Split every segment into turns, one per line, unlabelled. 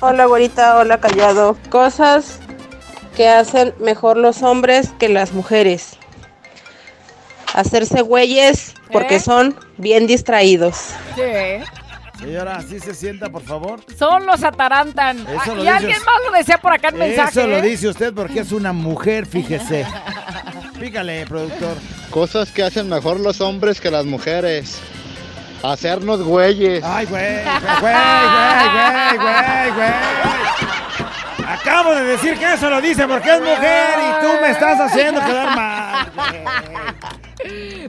Hola güerita, hola callado. Cosas que hacen mejor los hombres que las mujeres. Hacerse güeyes porque
¿Eh?
son bien distraídos.
Sí.
Señora, así se sienta, por favor.
Son los atarantan.
Eso
Ah,
lo
y
dices.
alguien más lo decía por acá en mensaje.
Eso lo
¿eh?
dice usted porque es una mujer, fíjese. Pícale, productor.
Cosas que hacen mejor los hombres que las mujeres. Hacernos güeyes.
Ay, güey, güey, güey, güey, güey, güey. Acabo de decir que eso lo dice porque es mujer y tú me estás haciendo quedar mal.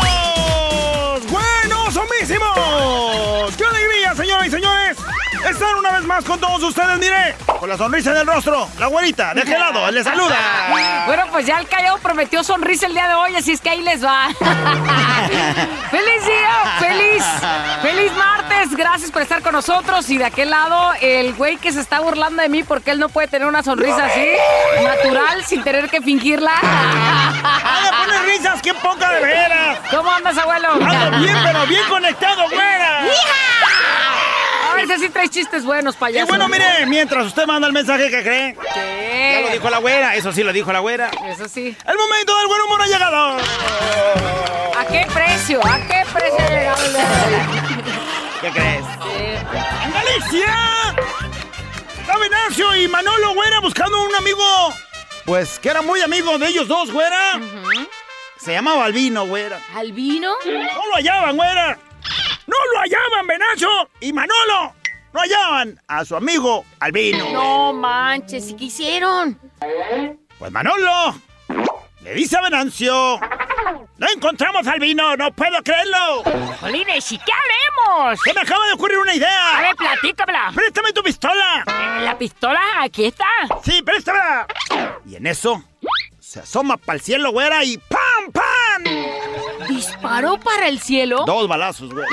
¡Buenísimos! ¡Buenos, homísimos! ¡Qué alegría, señoras y señores! Estar una vez más con todos ustedes, mire, con la sonrisa en el rostro, la güerita, de qué lado, le saluda.
Bueno, pues ya el callado prometió sonrisa el día de hoy, así es que ahí les va. ¡Feliz día! ¡Feliz! ¡Feliz martes! Gracias por estar con nosotros. Y de aquel lado, el güey que se está burlando de mí porque él no puede tener una sonrisa así, natural, sin tener que fingirla.
¡Ah, le pones risas, qué poca de veras!
¿Cómo andas, abuelo?
¡Ando bien, pero bien conectado, güera!
A ver si sí traes chistes buenos,
Y
payaso.
bueno, mire, mientras usted manda el mensaje que cree,
¿Qué?
ya lo dijo la güera, eso sí lo dijo la güera.
Eso sí.
El momento del buen humor ha llegado.
¿A qué precio? ¿A qué precio ha llegado el día
¿Qué crees?
de hoy?
¡En Galicia! Estaba Ignacio y Manolo, güera, buscando un amigo. Pues que era muy amigo de ellos dos, güera. Se llamaba Albino, güera.
¿Al vino?
No lo hallaban, güera. No lo hallaban, Venacio y Manolo. No hallaban a su amigo Albino.
No manches, ¿y qué hicieron?
Pues Manolo le dice a Venancio. ¡No encontramos a Albino! ¡No puedo creerlo!
Jolines, ¿y qué haremos?
¡Se me acaba de ocurrir una idea!
A ver, platícamela.
¡Préstame tu pistola!
Eh, ¿La pistola? Aquí está.
¡Sí, préstamela! Y en eso, se asoma pa'l cielo, güera, y ¡pam, pam!
¿Disparó para el cielo?
Dos balazos, güey.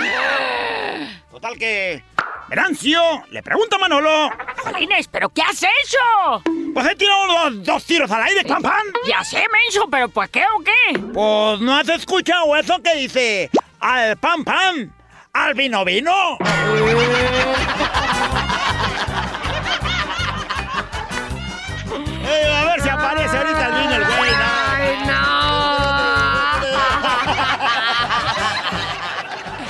Total que... Venancio le pregunta a Manolo.
Jolines, ¿pero qué has hecho?
Pues he tirado los dos tiros al aire, pam, pam.
Ya sé, menso, ¿pero por qué o qué?
Pues no has escuchado eso que dice... Al pam, pam. Al vino, vino. Eh, a ver si aparece ahorita el vino, el güey. ¿no?
¡Ay,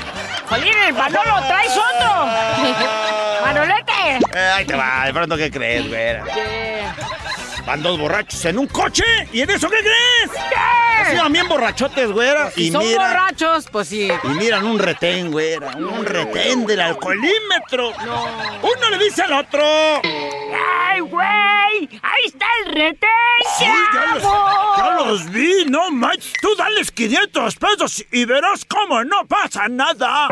no! Jolines, Manolo, ¿traes otro? ¡Manolete!
Eh, ahí te va, de pronto, ¿qué crees, güera? Van dos borrachos en un coche. ¿Y en eso qué crees? Sí, van bien borrachotes, güera.
Si son borrachos, pues sí.
y miran un retén, güera. Un retén del alcoholímetro. Uno le dice al otro.
¡Ay, güey! ¡Ahí está el retén!
"Uy, ya, los, ya los vi, no manches. Tú dales 500 pesos y verás cómo no pasa nada.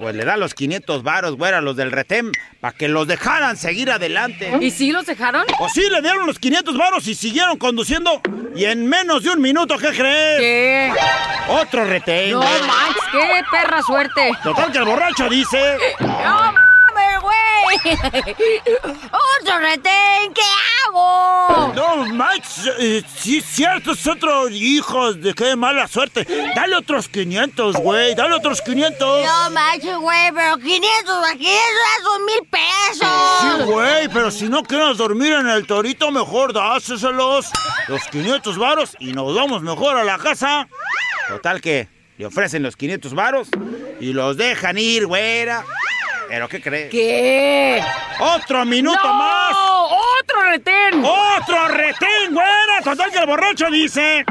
Pues le da los 500 varos, güera, a los del retén, para que los dejaran seguir adelante.
¿Y sí los dejaron?
O Pues sí, le dieron los 500 varos y siguieron conduciendo. Y en menos de un minuto, ¿qué crees?
¿Qué?
Otro retén.
No,
güey.
Max, qué perra suerte.
Total que el borracho dice...
¡No mames, güey! ¡Otro retén! ¿Qué hago?
No, Max, eh, sí, cierto, es otro hijos, de qué mala suerte. Dale otros 500, güey, dale otros 500.
No manches, güey, pero 500 aquí es son mil
Sí,
pesos.
güey, pero si no quieres dormir en el torito, mejor dáseselos. Los 500 varos y nos vamos mejor a la casa. Total que le ofrecen los 500 varos y los dejan ir, güera. ¿Pero qué crees?
¿Qué?
¡Otro minuto
¡No!
más!
¡Otro retén!
¡Otro retén, güera! Total que el borracho dice...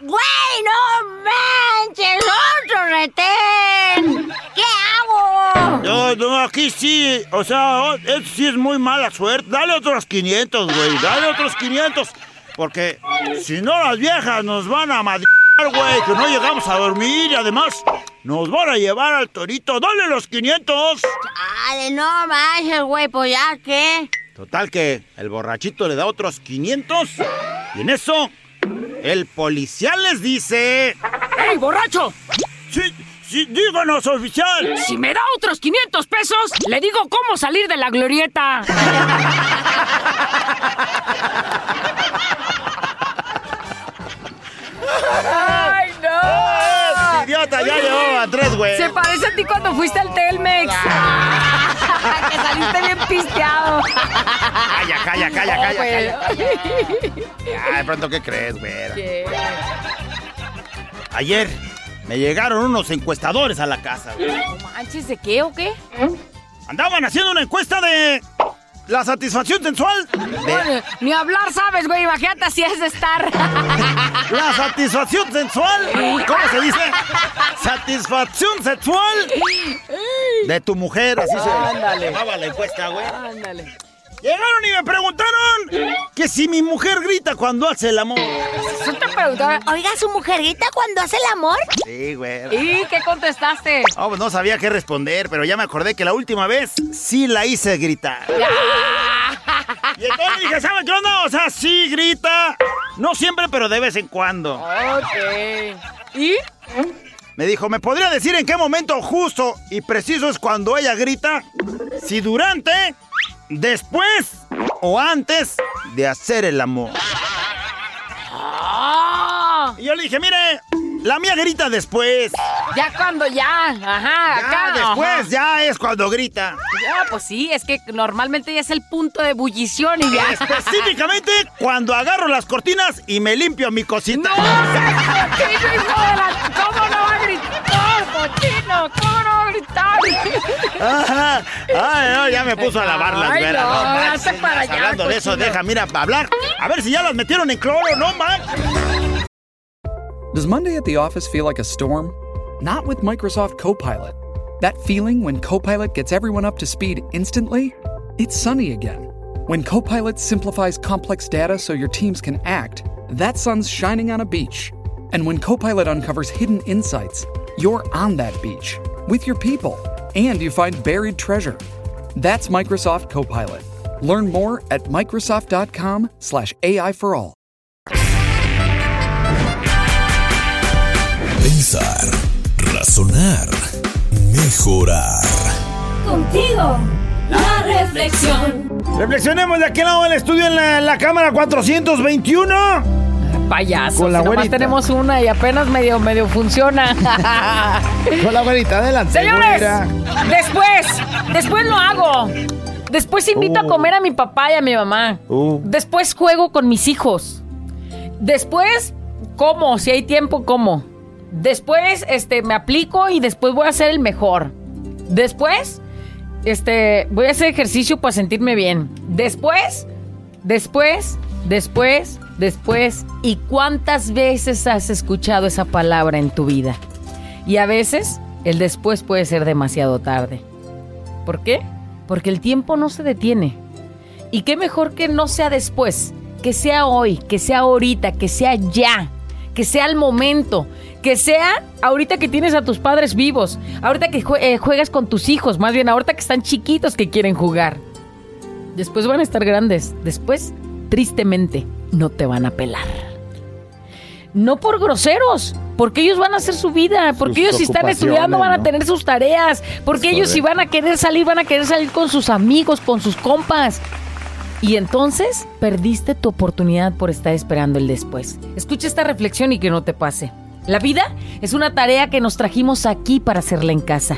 Güey, no manches, otro retén. ¿Qué hago?
No, no, aquí sí, o sea, o- esto sí es muy mala suerte. Dale otros 500, güey, dale otros 500. Porque si no, las viejas nos van a madrear, güey, que no llegamos a dormir y además nos van a llevar al torito. Dale los 500.
Dale, no manches, güey, pues ya qué.
Total que el borrachito le da otros 500. Y en eso, el policía les dice...
¡Ey, borracho!
Sí, sí, díganos, oficial.
Si me da otros 500 pesos, le digo cómo salir de la glorieta. ¡Ay, no!
Idiota, ya llevaba tres, güey.
Se parece a ti cuando fuiste al Telmex. que saliste bien pisteado.
Calla, calla, calla, calla, calla.
Pero-
Ah, de pronto, ¿qué crees, güey? Ayer me llegaron unos encuestadores a la casa. güey.
¿No manches de qué o qué?
Andaban haciendo una encuesta de la satisfacción sensual. De
Bueno, ni hablar sabes, güey. Imagínate si es de estar.
la satisfacción sensual. ¿Cómo se dice? Satisfacción sexual de tu mujer. Así se llamaba la encuesta, güey.
Ándale.
Llegaron y me preguntaron que si mi mujer grita cuando hace el amor.
Yo te preguntaba.
Oiga, su mujerita cuando hace el amor.
Sí, güey.
¿Y qué contestaste?
Oh, pues no sabía qué responder, pero ya me acordé que la última vez sí la hice gritar. Y entonces dije, ¿saben qué onda? O sea, sí grita. No siempre, pero de vez en cuando.
Ok. ¿Y?
Me dijo, ¿me podría decir en qué momento justo y preciso es cuando ella grita? Si durante, después o antes de hacer el amor.
¡Ah!
Y yo le dije, mire, la mía grita después.
Ya cuando ya. Ajá,
Ya
acá.
después,
ajá.
ya es cuando grita.
Ya, pues sí, es que normalmente ya es el punto de ebullición y ya.
Específicamente cuando agarro las cortinas y me limpio mi cosita.
¡No! seas cochino, hijo de la- ¿Cómo no va a gritar, cochino? ¿Cómo no va a gritar?
Ajá. Ay, no, ya me puso a lavar las
Ay,
velas.
no, hazte
manches,
para allá,
Hablando de eso,
cochino.
deja, mira, para hablar. A ver si ya las metieron en cloro, no manches.
Does Monday at the office feel like a storm? Not with Microsoft Copilot. That feeling when Copilot gets everyone up to speed instantly? It's sunny again. When Copilot simplifies complex data so your teams can act, that sun's shining on a beach. And when Copilot uncovers hidden insights, you're on that beach with your people and you find buried treasure. That's Microsoft Copilot. Learn more at Microsoft.com/slash AI for all.
Pensar, razonar, mejorar.
Contigo, la reflexión.
Reflexionemos de aquel lado del estudio en la, cámara 421.
Payasos.
Con la
si nomás
güerita.
tenemos una y apenas medio, medio funciona.
Con la güerita, adelante.
Señores,
güera.
después, después lo hago. Después invito
Uh.
a comer a mi papá y a mi mamá. Después juego con mis hijos. Después como, si hay tiempo como. Después este me aplico y después voy a ser el mejor. Después este voy a hacer ejercicio para sentirme bien. Después, después, después, después. ¿Y cuántas veces has escuchado esa palabra en tu vida? Y a veces el después puede ser demasiado tarde. ¿Por qué? Porque el tiempo no se detiene. Y qué mejor que no sea después, que sea hoy, que sea ahorita, que sea ya, que sea el momento, que sea ahorita que tienes a tus padres vivos, ahorita que jue- eh, juegas con tus hijos, más bien ahorita que están chiquitos que quieren jugar. Después van a estar grandes, después, tristemente, no te van a pelar. No por groseros, porque ellos van a hacer su vida, porque
Sus
ellos si están estudiando
ocupaciones,
van a
¿no?
tener sus tareas, porque ellos si van a querer salir, van a querer salir con sus amigos, con sus compas. Y entonces perdiste tu oportunidad por estar esperando el después. Escucha esta reflexión y que no te pase. La vida es una tarea que nos trajimos aquí para hacerla en casa.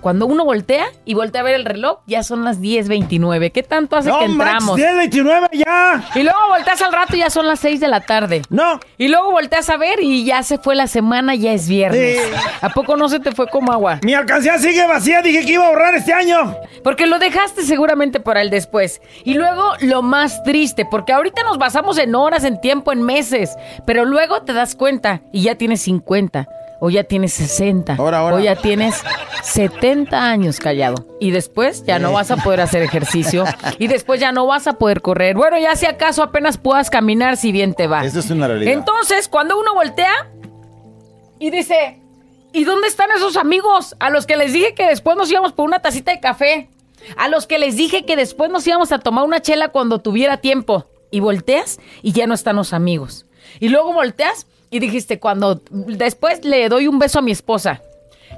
Cuando uno voltea y voltea a ver el reloj, ya son las 10.29. ¿Qué tanto hace
No,
que
Max,
entramos?
10.29 ya.
Y luego volteas al rato y ya son las 6 de la tarde.
No.
Y luego volteas a ver y ya se fue la semana, ya es viernes.
Sí.
¿A poco no se te fue como agua?
Mi alcancía sigue vacía. Dije que iba a ahorrar este año.
Porque lo dejaste seguramente para el después. Y luego lo más triste, porque ahorita nos basamos en horas, en tiempo, en meses. Pero luego te das cuenta y ya tienes 50. O ya tienes 60.
Ahora, ahora.
O ya tienes 70 años callado. Y después ya no vas a poder hacer ejercicio. Y después ya no vas a poder correr. Bueno, ya si acaso apenas puedas caminar si bien te va.
Eso es una realidad.
Entonces, cuando uno voltea y dice, ¿y dónde están esos amigos a los que les dije que después nos íbamos por una tacita de café? A los que les dije que después nos íbamos a tomar una chela cuando tuviera tiempo. Y volteas y ya no están los amigos. Y luego volteas y dijiste, cuando después le doy un beso a mi esposa.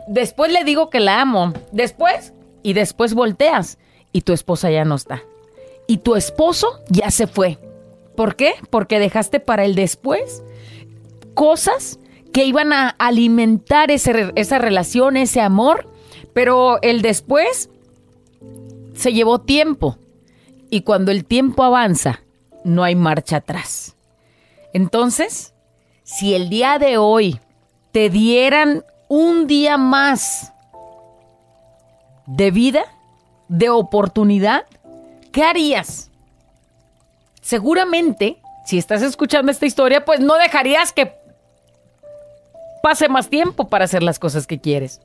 Después le digo que la amo. Después y después volteas y tu esposa ya no está. Y tu esposo ya se fue. ¿Por qué? Porque dejaste para el después cosas que iban a alimentar ese re- esa relación, ese amor, pero el después se llevó tiempo. Y cuando el tiempo avanza, no hay marcha atrás. Entonces, si el día de hoy te dieran un día más de vida, de oportunidad, ¿qué harías? seguramente, si estás escuchando esta historia, pues no dejarías que pase más tiempo para hacer las cosas que quieres.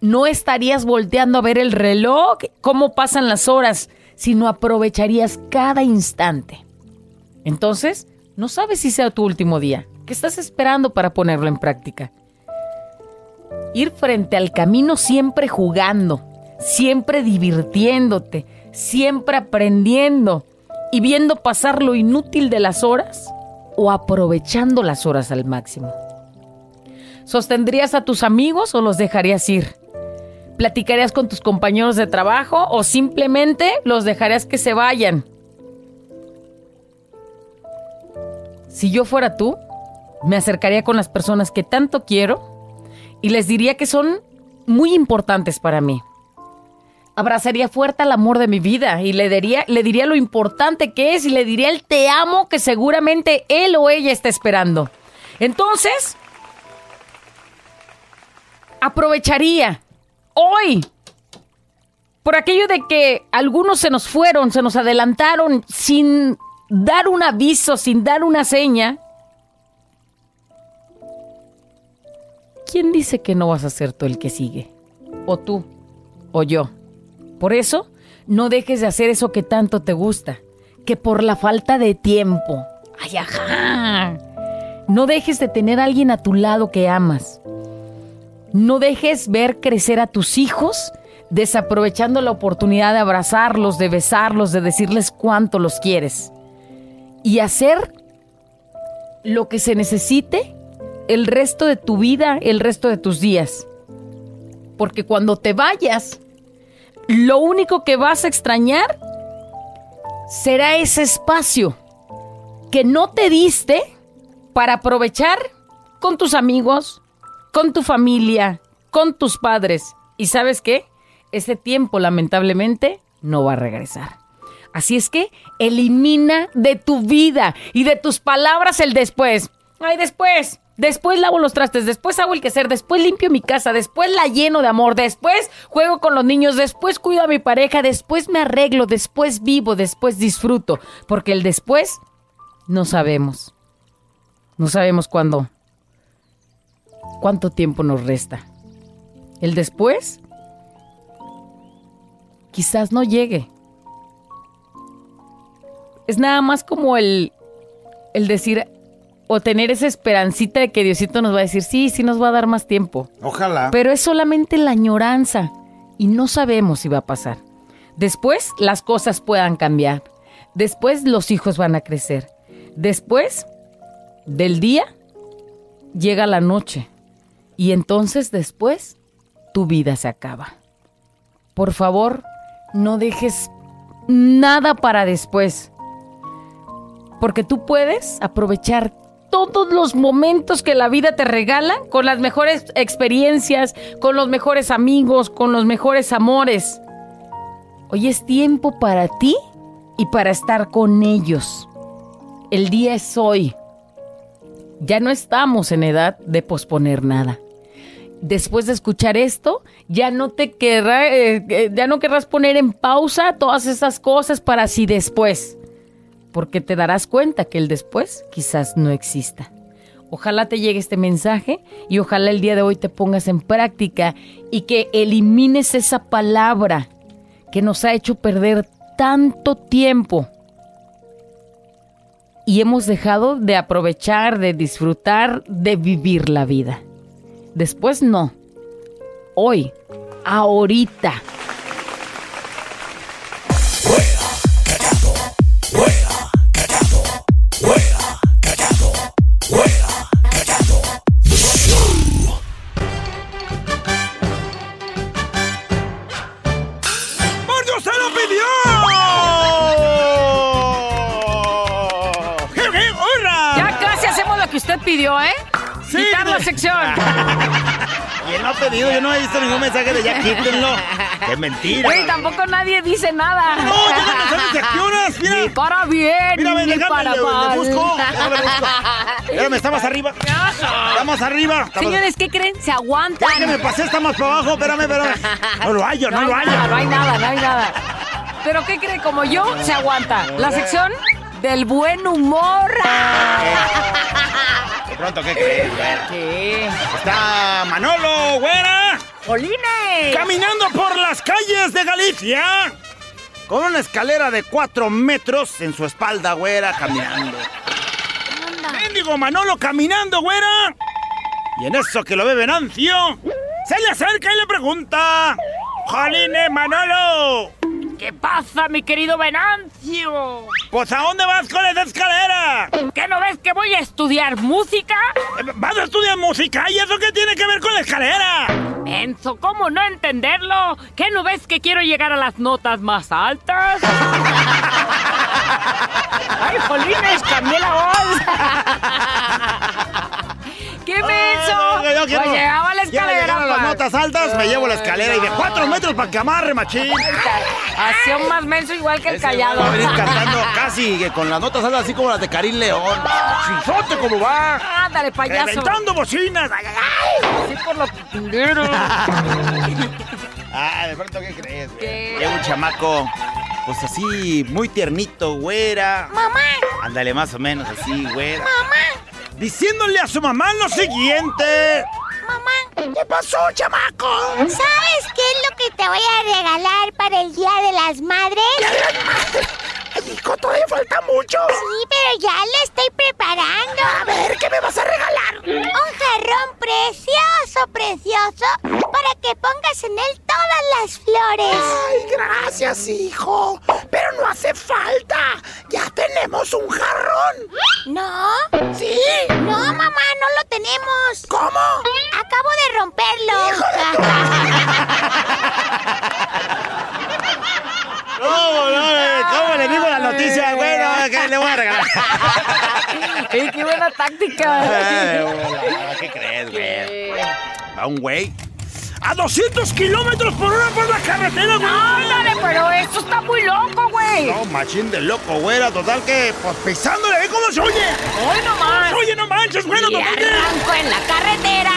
No estarías volteando a ver el reloj, cómo pasan las horas, sino aprovecharías cada instante. Entonces, no sabes si sea tu último día. ¿Qué estás esperando para ponerlo en práctica? Ir frente al camino siempre jugando, siempre divirtiéndote, siempre aprendiendo y viendo pasar lo inútil de las horas o aprovechando las horas al máximo. ¿Sostendrías a tus amigos o los dejarías ir? ¿Platicarías con tus compañeros de trabajo o simplemente los dejarías que se vayan? Si yo fuera tú, me acercaría con las personas que tanto quiero y les diría que son muy importantes para mí. Abrazaría fuerte al amor de mi vida y le diría, le diría lo importante que es y le diría el te amo que seguramente él o ella está esperando. Entonces, aprovecharía hoy por aquello de que algunos se nos fueron, se nos adelantaron sin dar un aviso, sin dar una seña. ¿Quién dice que no vas a ser tú el que sigue? O tú, o yo. Por eso, no dejes de hacer eso que tanto te gusta, que por la falta de tiempo. ¡Ay, ajá! No dejes de tener a alguien a tu lado que amas. No dejes ver crecer a tus hijos desaprovechando la oportunidad de abrazarlos, de besarlos, de decirles cuánto los quieres. Y hacer lo que se necesite el resto de tu vida, el resto de tus días. Porque cuando te vayas, lo único que vas a extrañar será ese espacio que no te diste para aprovechar con tus amigos, con tu familia, con tus padres. Y sabes qué? Ese tiempo lamentablemente no va a regresar. Así es que elimina de tu vida y de tus palabras el después. Ay, después. Después lavo los trastes, después hago el quehacer, después limpio mi casa, después la lleno de amor, después juego con los niños, después cuido a mi pareja, después me arreglo, después vivo, después disfruto. Porque el después no sabemos. No sabemos cuándo. ¿Cuánto tiempo nos resta? El después quizás no llegue. Es nada más como el, el decir o tener esa esperancita de que Diosito nos va a decir, sí, sí nos va a dar más tiempo.
Ojalá.
Pero es solamente la añoranza y no sabemos si va a pasar. Después las cosas puedan cambiar. Después los hijos van a crecer. Después del día llega la noche. Y entonces después tu vida se acaba. Por favor, no dejes
nada para después. Porque tú puedes aprovechar todos los momentos que la vida te regala con las mejores experiencias, con los mejores amigos, con los mejores amores. Hoy es tiempo para ti y para estar con ellos. El día es hoy. Ya no estamos en edad de posponer nada. Después de escuchar esto, ya no te querrá, eh, eh, ya no querrás poner en pausa todas esas cosas para si después, porque te darás cuenta que el después quizás no exista. Ojalá te llegue este mensaje y ojalá el día de hoy te pongas en práctica y que elimines esa palabra que nos ha hecho perder tanto tiempo y hemos dejado de aprovechar, de disfrutar, de vivir la vida. Después no. Hoy, ahorita.
¡Porque usted lo pidió! ¡Jiu, jiu, hurra!
Ya casi hacemos lo que usted pidió, ¿eh? Quitar la sección.
Y él no ha pedido, yo no he visto ningún mensaje de ya quítenlo. ¡Qué mentira!
Güey, tampoco nadie dice nada.
No, yo no sabes a qué horas, mira.
Ni para bien,
Mira, ven,
ni
déjame,
para
le- le
mal.
busco, déjame, le busco. Espérame, está más arriba. Estamos arriba. Está más-
Señores, ¿qué creen? Se aguantan.
Ya que me pasé, está más para abajo. Espérame, espérame. No lo hallo, no,
hay
lo hallo.
nada, no hay nada, no hay nada. Pero ¿qué cree? Como yo, se aguanta. La sección del buen humor.
De pronto, ¿qué crees? güera?
¿Qué?
Está Manolo, güera.
¡Jolines!
Caminando por las calles de Galicia. Con una escalera de cuatro metros en su espalda, güera, caminando. Mendigo Manolo caminando, güera. Y en eso que lo ve Venancio, se le acerca y le pregunta: ¡Jolines, Manolo!
¿Qué pasa, mi querido Venancio?
¿Pues a dónde vas con esa escalera?
¿Qué no ves que voy a estudiar música?
Eh, ¿Vas a estudiar música? ¿Y eso qué tiene que ver con la escalera?
Enzo, ¿cómo no entenderlo? ¿Qué no ves que quiero llegar a las notas más altas? ¡Ay, jolines, cambié la voz! ¡Qué menso!
Ay, no, yo quiero-
Pues llegaba a la
quiero llegar
escalera.
a las
pa-
notas altas, me llevo la escalera y de cuatro metros para que amarre, machín.
Hacía un más menso igual que el callado.
ah. Va a venir cantando casi que con las notas altas así como las de Karim León. ¡Chizote cómo va!
Ándale, payaso.
¡Reventando bocinas! Ay, ay, ay.
Así por los culeros.
Ah, de pronto, ¿qué crees, güey?
¿Qué?
Llega un chamaco, pues así, muy tiernito, güera.
Mamá,
Ándale, más o menos así, güera. ¡Mamá! Diciéndole a su mamá lo siguiente.
mamá,
¿Qué pasó, chamaco?
¿sabes qué es lo que te voy a regalar para el Día de las Madres?
Hijo, todavía falta mucho.
Sí, pero ya lo estoy preparando. A ver, ¿qué me vas a regalar? Un jarrón precioso, precioso, para que pongas en él todas las flores.
Ay, gracias, hijo. Pero no hace falta. Ya tenemos un jarrón.
¿No? Sí. No, mamá, no lo tenemos. ¿Cómo? Acabo de romperlo.
¿Cómo, no? ¿Cómo le digo la noticia? Bueno, que le voy a regalar.
Ey, ¡Qué buena táctica!
Eh, ¿Qué crees, güey? Va un güey. A 200 kilómetros por hora por la carretera, güey.
¡Ándale, pero esto está muy loco, güey!
No, machín de loco, güera. Total que, pues pisándole, ve cómo se oye.
¡Hoy nomás!
Oye, no manches, güey, no
Y arranco en la carretera.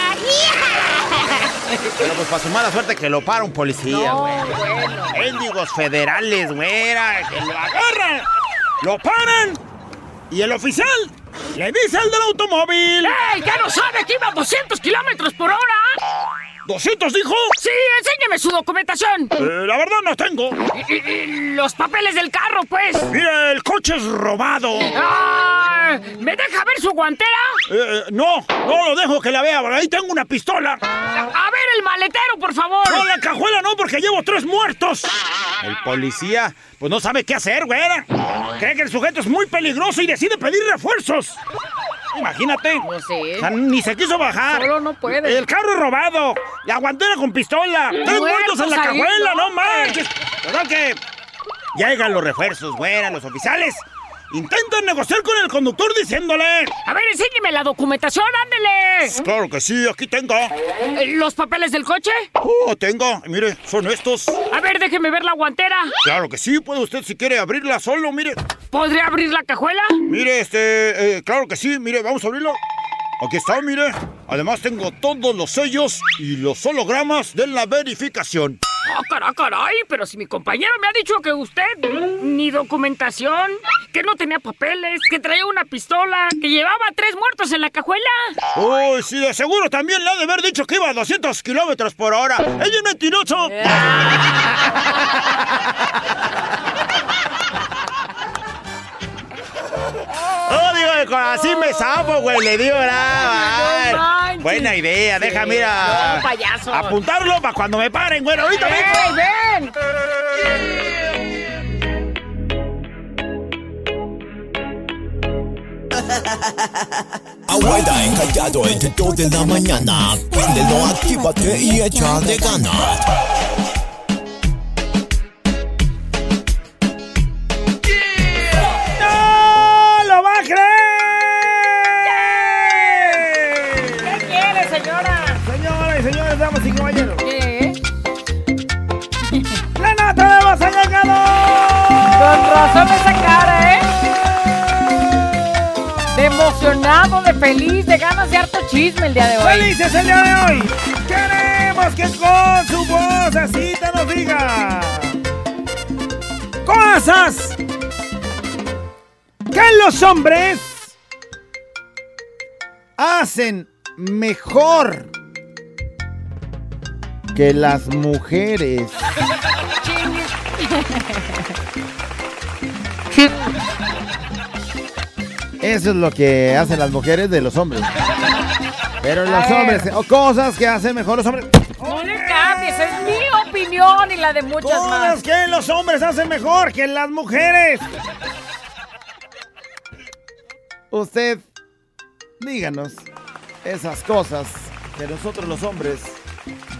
Pero pues para su mala suerte que lo para un policía,
No,
güey.
bueno.
Mendigos federales, güera, que lo agarran, lo paran y el oficial le dice al del automóvil.
¡Ey! ¿Ya no sabe que iba a 200 kilómetros por hora?
¿200 dijo?
Sí, enséñeme su documentación.
"Eh, la verdad no tengo.
Y, y- y los papeles del carro, pues.
Mira, el coche es robado. Eh,
Ah, ¿Me deja ver su guantera?
eh, no, no lo dejo que la vea, porque ahí tengo una pistola.
A ver el maletero, por favor.
No, la cajuela no, porque llevo tres muertos. El policía, pues no sabe qué hacer, güera. Cree que el sujeto es muy peligroso y decide pedir refuerzos. Imagínate.
No sé.
O sea, ni se quiso bajar.
Solo no puede.
El carro robado. La guantera con pistola. Tres
Muertos
muertos en la
ahí,
cajuela,
no,
no
hombre.
manches. ¿Verdad que?
Llegan los refuerzos, güera, los oficiales. Intentan negociar con el conductor diciéndole...
A ver, enséñeme la documentación, ándele.
"Pues,
Claro que sí, aquí tengo.
Eh, ¿Los papeles del coche?
Oh, tengo. Mire, son estos.
A ver, déjeme ver la guantera.
Claro que sí, puede usted si quiere abrirla solo, mire.
¿Podría abrir la cajuela?
Mire, este... eh, claro que sí, mire, vamos a abrirlo. Aquí está, mire. Además tengo todos los sellos y los hologramas de la verificación.
¡Ah, caray, caray! Pero si mi compañero me ha dicho que usted ni documentación, que no tenía papeles, que traía una pistola, que llevaba tres muertos en la cajuela.
Uy, sí, de seguro también le ha de haber dicho que iba a 200 kilómetros por hora. ¡Ella es mentiroso! ¡Oh, digo, de cor- así me sapo, güey! Le dio
No
brava.
manches.
Buena idea, deja, mira.
No, payaso.
Apuntarlo para cuando me paren, güey. Ahorita
¡Ey,
vengo.
ven!
Abuela encallado el dedo de la mañana. Préndelo, actívate y échale ganas.
¡No lo va a creer!
¿Qué quiere, señora?
Señoras y señores, damas y caballeros,
¿Qué?
¡la nata de más ha llegado!
Con razón esa cara, ¿eh? De emocionado, de feliz, de ganas de harto chisme el día de hoy.
¡Felices el día de hoy! ¡Queremos que con su voz así te nos diga! Cosas que los hombres hacen mejor que las mujeres. Eso es lo que hacen las mujeres de los hombres. Pero los hombres, o cosas que hacen mejor los hombres.
No le cambies, es mi opinión y la de muchas
Cosas
más.
que los hombres hacen mejor que las mujeres. Usted, díganos esas cosas que nosotros los hombres,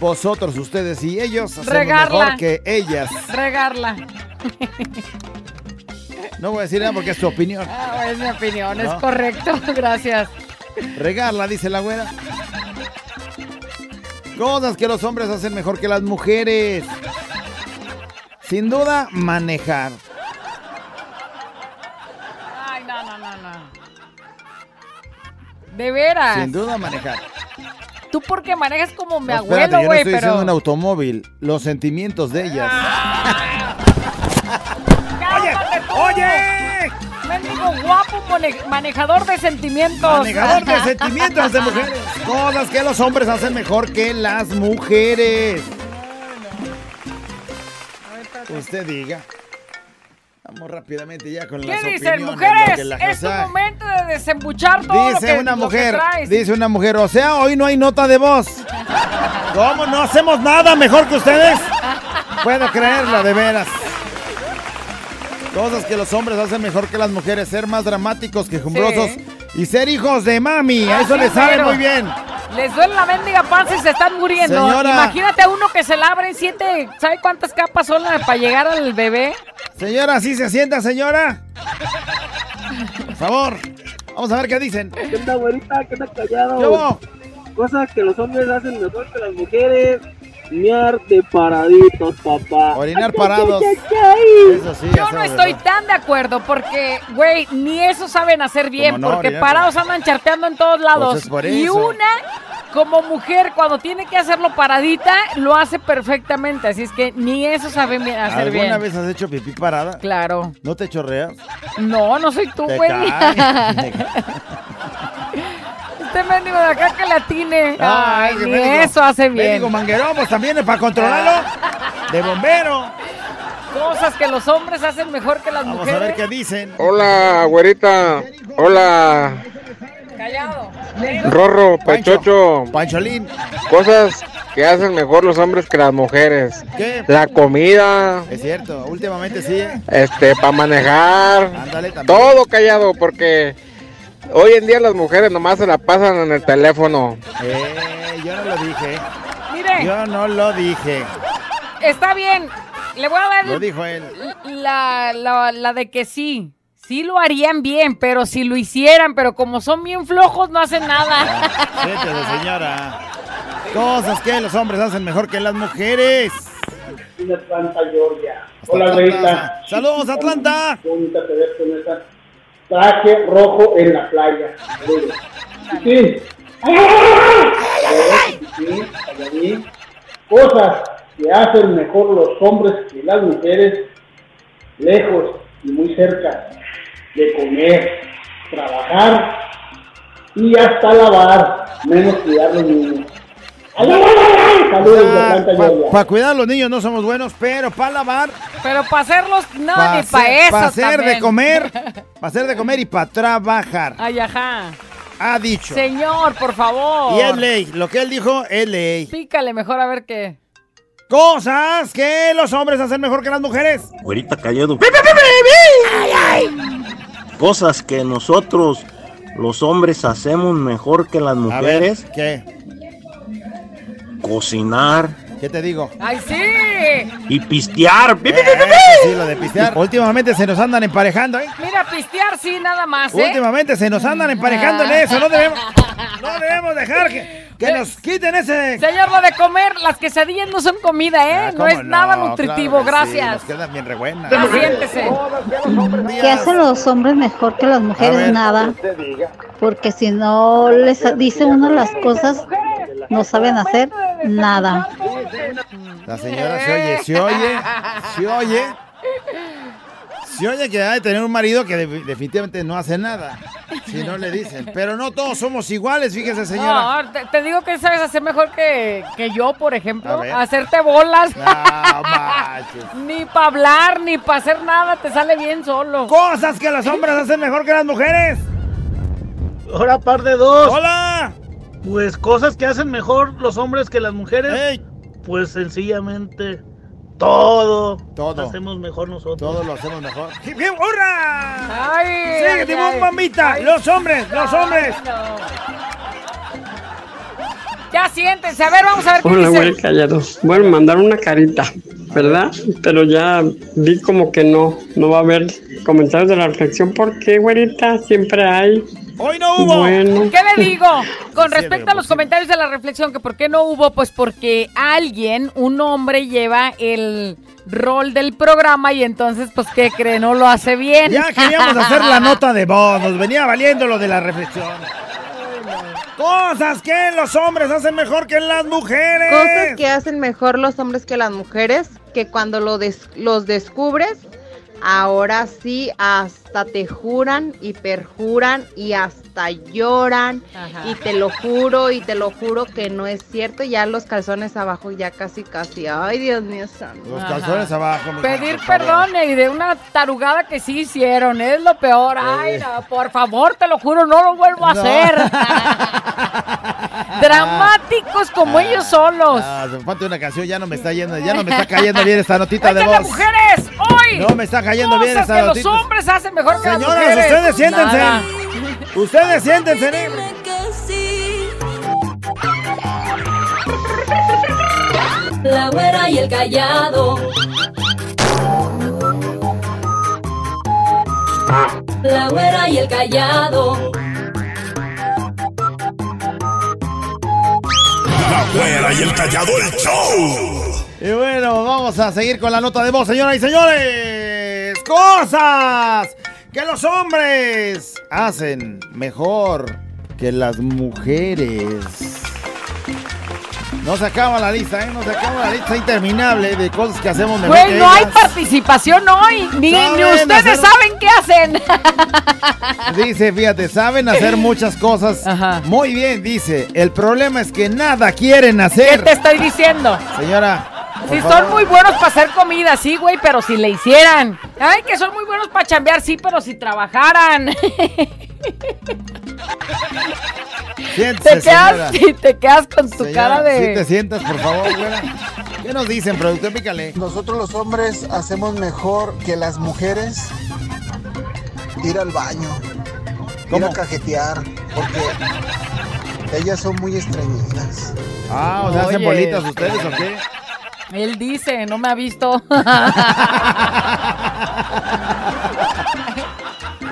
vosotros, ustedes y ellos, hacemos
Regarla.
mejor que ellas.
Regarla.
No voy a decir nada porque es tu opinión.
Ah, es mi opinión, es
No.
correcto, gracias.
Regarla, dice la güera. Cosas que los hombres hacen mejor que las mujeres. Sin duda, manejar.
Ay, no, no, no, no. De veras.
Sin duda, manejar.
Tú porque manejas como mi
No,
abuelo,
yo no
güey,
estoy
pero.
diciendo un automóvil, los sentimientos de ellas.
Cálmate tú.
¡Oye!
Mendigo guapo, mone- manejador de sentimientos.
Manejador de sentimientos de mujeres. Cosas que los hombres hacen mejor que las mujeres. Usted diga. Vamos rápidamente ya con
¿Qué
las
dicen,
opiniones, lo que
mujeres?
la
Es tu
cosa-
momento de desembuchar todo lo
Dice
que,
una
lo que
mujer,
traes.
dice una mujer, o sea, hoy no hay nota de voz. ¿Cómo no hacemos nada mejor que ustedes? Puedo creerlo, de veras. Cosas que los hombres hacen mejor que las mujeres, ser más dramáticos que jumbrosos
Sí.
y ser hijos de mami, a
Así
eso les sabe
mero.
muy bien.
Les duele la mendiga panza y se están muriendo.
Señora.
Imagínate a uno que se la abre en siete, ¿sabe cuántas capas son las para llegar al bebé?
Señora, sí se sienta, señora. Por favor, vamos a ver qué dicen.
¿Qué onda, güerita? ¿Qué onda,
¿Qué
Ah, callado?
hubo?
Cosas que los hombres hacen mejor que las mujeres. Miar de paraditos, papá.
Orinar parados.
Ay, ay, ay, ay.
Eso sí,
Yo
eso
no
es
estoy
verdad.
tan de acuerdo porque, güey, ni eso saben hacer bien
Como no,
porque
ya,
parados andan charteando en todos lados.
Pues es por
y
eso.
una, como mujer, cuando tiene que hacerlo paradita, lo hace perfectamente. Así es que ni eso saben bien- hacer
¿Alguna
bien.
vez has hecho pipí parada?
Claro.
¿No te chorreas?
No, no soy tú,
Te
güey.
cae, te cae.
Este mendigo de acá que latine. Ay,
es que
ni
mendigo-
eso hace bien.
mendigo manguerón, pues también es para controlarlo. De bombero.
Cosas que los hombres hacen mejor que las
Vamos a
mujeres.
ver qué dicen.
Oh, Hola, güerita. Hola,
Callado.
Rorro,
Pancho.
Pechocho.
Pancholín.
Cosas que hacen mejor los hombres que las mujeres.
¿Qué?
La comida,
Es cierto, últimamente sí. ¿eh?
este, para manejar.
Ándale también.
Todo callado, porque hoy en día las mujeres nomás se la pasan en el teléfono.
Eh, yo no lo dije.
Mire,
Yo no lo dije.
está bien.
Le voy a dar.
Lo dijo él.
La, la, la de que sí. Sí lo harían bien, pero si lo hicieran, pero como son bien flojos, no hacen nada.
Vete de señora. Cosas que los hombres hacen mejor que las mujeres.
Atlanta, Georgia. Hola, güeyita.
Saludos, Atlanta.
Bonita te ves con esa traje rojo en la playa. Sí. Sí, para mí, Cosas que hacen mejor los hombres que las mujeres, lejos y muy cerca de comer, trabajar y hasta lavar, menos cuidar los niños. ¡Ay, ay, ay, ay! Saludos de Atlanta, Georgia.
Para cuidar a los niños no somos buenos, pero para lavar,
Pero para hacerlos, no,
para
ni para eso.
hacer
también.
de comer, para hacer de comer y para trabajar.
Ay, ajá.
Ha dicho.
Señor, por favor.
Y es ley. Lo que él dijo es ley.
Pícale mejor a ver qué.
Cosas que los hombres hacen mejor que las mujeres.
Güerita callado. Cosas que nosotros, los hombres, hacemos mejor que las
A ver,
mujeres.
¿Qué?
Cocinar
¿Qué te digo?
¡Ay, sí!
y pistear. ¡Pi, pi, pi, pi,
Eso
pi!
sí, lo de pistear. Últimamente se nos andan emparejando, ¿eh?
Mira, pistear sí, nada más, ¿eh?
Últimamente se nos andan emparejando en eso. No debemos, no debemos dejar que, que nos quiten ese. Ah,
Señor, lo de comer, las quesadillas no son comida, ¿eh? no
¿Cómo
es nada
no?
nutritivo,
Claro que sí,
gracias.
nos quedan bien re buenas.
Ah, siéntese.
¿Qué hacen los hombres mejor que las mujeres? Nada. Porque si no les dice uno las cosas, no saben hacer nada.
La señora se oye, se oye, se oye. Se oye que ha de tener un marido que de- definitivamente no hace nada. Si no le dicen. Pero no todos somos iguales, fíjese, señora.
No, te, te digo que sabes hacer mejor que, que yo, por
A
ejemplo.
ver.
Hacerte bolas.
No manches.
ni para hablar, ni para hacer nada, te sale bien solo.
Cosas que los hombres hacen mejor que las mujeres.
Hola, par de dos.
¡Hola!
Pues cosas que hacen mejor los hombres que las mujeres.
Eh.
Pues sencillamente todo.
Todo.
Hacemos mejor nosotros.
Todo lo hacemos mejor. ¡Hip, hip!
¡Hurra! ¡Ay!
Sí,
ay,
Timón,
ay.
mamita.
Ay,
Los hombres, los
ay,
hombres.
no. Ya siéntense, a ver, vamos a ver qué
Hola,
dice.
güey, callado. Bueno, mandaron una carita, ¿verdad? Pero ya vi como que no, no va a haber comentarios de la reflexión porque, güerita, siempre hay.
Hoy no
hubo. Bueno.
¿Qué le digo? Con respecto a los comentarios de la reflexión, que por qué no hubo, pues porque alguien, un hombre, lleva el rol del programa y entonces, pues, ¿qué cree? No lo hace bien.
Ya queríamos hacer la nota de voz, nos venía valiendo lo de la reflexión. Cosas que los hombres hacen mejor que las mujeres.
Cosas que hacen mejor los hombres que las mujeres, que cuando lo des- los descubres, ahora sí hasta te juran y perjuran y hasta lloran
Ajá.
y te lo juro y te lo juro que no es cierto, ya los calzones abajo ya casi casi, ay Dios mío santo.
Los calzones abajo. mi
Pedir
hija, por favor.
perdón eh, y de una tarugada que sí hicieron, es lo peor. Ay, no, por favor, te lo juro, no lo vuelvo a
No.
hacer. Dramáticos como ellos solos.
Ah, se me falta una canción, ya no me está yendo, ya no me está cayendo bien esta notita de
Oigan,
voz.
las mujeres, hoy.
No me está cayendo bien
cosas
esa
que los
notita.
hombres hacen mejor que las
Señoras,
mujeres.
ustedes siéntense.
Nada.
Ustedes siéntense, ¿eh?
La güera y el callado. La güera y el callado.
La güera y el callado, el show.
Y bueno, vamos a seguir con la nota de voz, señoras y señores. Cosas que los hombres hacen mejor que las mujeres. No se acaba la lista, ¿eh? No se acaba la lista interminable de cosas que hacemos mejor.
Güey,
que
no hay
ellas.
participación hoy. Ni, ni
Saben hacer-
ustedes saben qué hacen.
Dice, fíjate, saben hacer muchas cosas. Muy bien, dice. El problema es que nada quieren hacer.
Te estoy diciendo.
Señora. por
Si
favor.
son muy buenos para hacer comida, sí, güey, pero si le hicieran. Ay, que son muy buenos para chambear, sí, pero si trabajaran.
Siéntese,
te,
señora.
quedas, sí, te quedas con tu
Señora,
cara
sí te
de.
sientas, por favor, güera. ¿Qué nos dicen, productor? Pícale.
Nosotros los hombres hacemos mejor que las mujeres ir al baño, ir a cajetear, porque ellas son muy estreñidas.
Ah, o sea, hacen bolitas ustedes, ¿o qué?
Él dice, no me ha visto.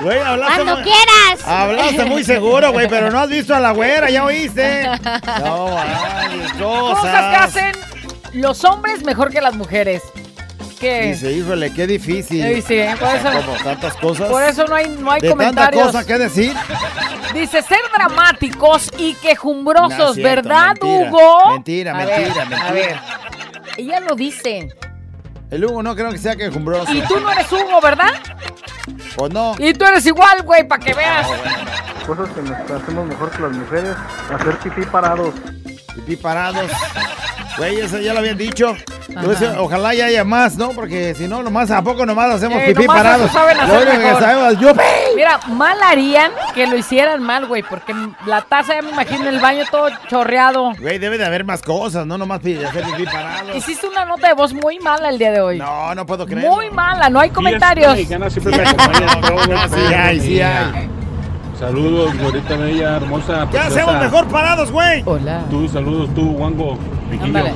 Güey, hablaste
Ah,
Cuando
muy-
quieras.
Hablaste muy seguro, güey, pero no has visto a la güera, ya oíste. No, ay, cosas.
Cosas que hacen los hombres mejor que las mujeres. ¿Qué?
Dice, híjole, qué difícil.
Sí, sí, por eso-
Como tantas cosas.
Por eso no hay, no hay
de
comentarios.
tanta cosa que decir.
Dice ser dramáticos y quejumbrosos,
No es cierto,
¿verdad,
mentira,
Hugo?
mentira,
A ver,
mentira,
A
mentira.
ver. Ella lo dice.
El Hugo no creo que sea quejumbroso.
Y tú no eres Hugo, ¿verdad?
¿O no?
Y tú eres igual, güey, para que veas.
Cosas que nos hacemos mejor que las mujeres, hacer pipí parados.
Pipí parados. Güey, eso ya lo habían dicho. Yo
Ajá.
decía, ojalá ya haya más, ¿no? Porque si no, nomás, ¿a poco nomás hacemos
Ey,
pipí
Eh, nomás eso
parados?
saben
Lo
hacer
único que
mejor.
sabemos es yupi.
Mira, mal harían que lo hicieran mal, güey, porque la taza ya me imagino el baño todo chorreado.
Güey, debe de haber más cosas, ¿no? Nomás pi- hacer pipí parado.
Hiciste una nota de voz muy mala el día de hoy.
No, no puedo creer.
Muy mala, no hay comentarios.
sí hay, sí hay.
Saludos, güerita bella, hermosa.
Ya hacemos mejor parados, güey.
Hola.
Tú, saludos, tú, Wango. Riquillo.
Ándale.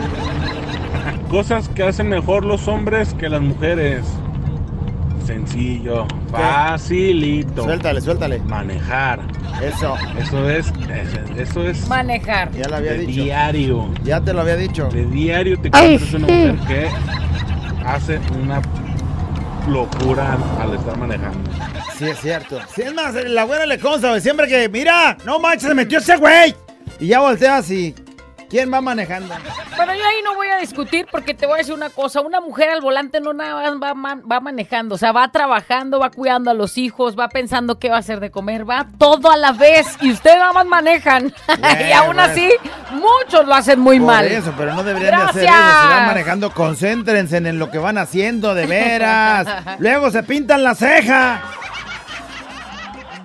Cosas que hacen mejor los hombres que las mujeres. Sencillo, facilito.
Suéltale, suéltale.
Manejar.
Eso.
Eso es, es- eso es
Manejar.
Ya lo había
de
dicho.
diario.
Ya te lo había dicho.
De diario te
Ay,
encuentras una
sí.
mujer que hace una locura al estar manejando.
Sí, es cierto. Sí, es más, la güera le consta, güey. Siempre que, mira, no manches, se metió ese güey. Y ya volteas y. ¿Quién va manejando?
Bueno, yo ahí no voy a discutir porque te voy a decir una cosa. Una mujer al volante no nada más va, man- va manejando, o sea, va trabajando, va cuidando a los hijos, va pensando qué va a hacer de comer, va todo a la vez. Y ustedes nada más manejan. y aún
bueno.
así, muchos lo hacen muy
Por
mal.
eso, pero no deberían de hacer eso.
Gracias.
Si van manejando, concéntrense en lo que van haciendo, de veras. Luego se pintan la ceja.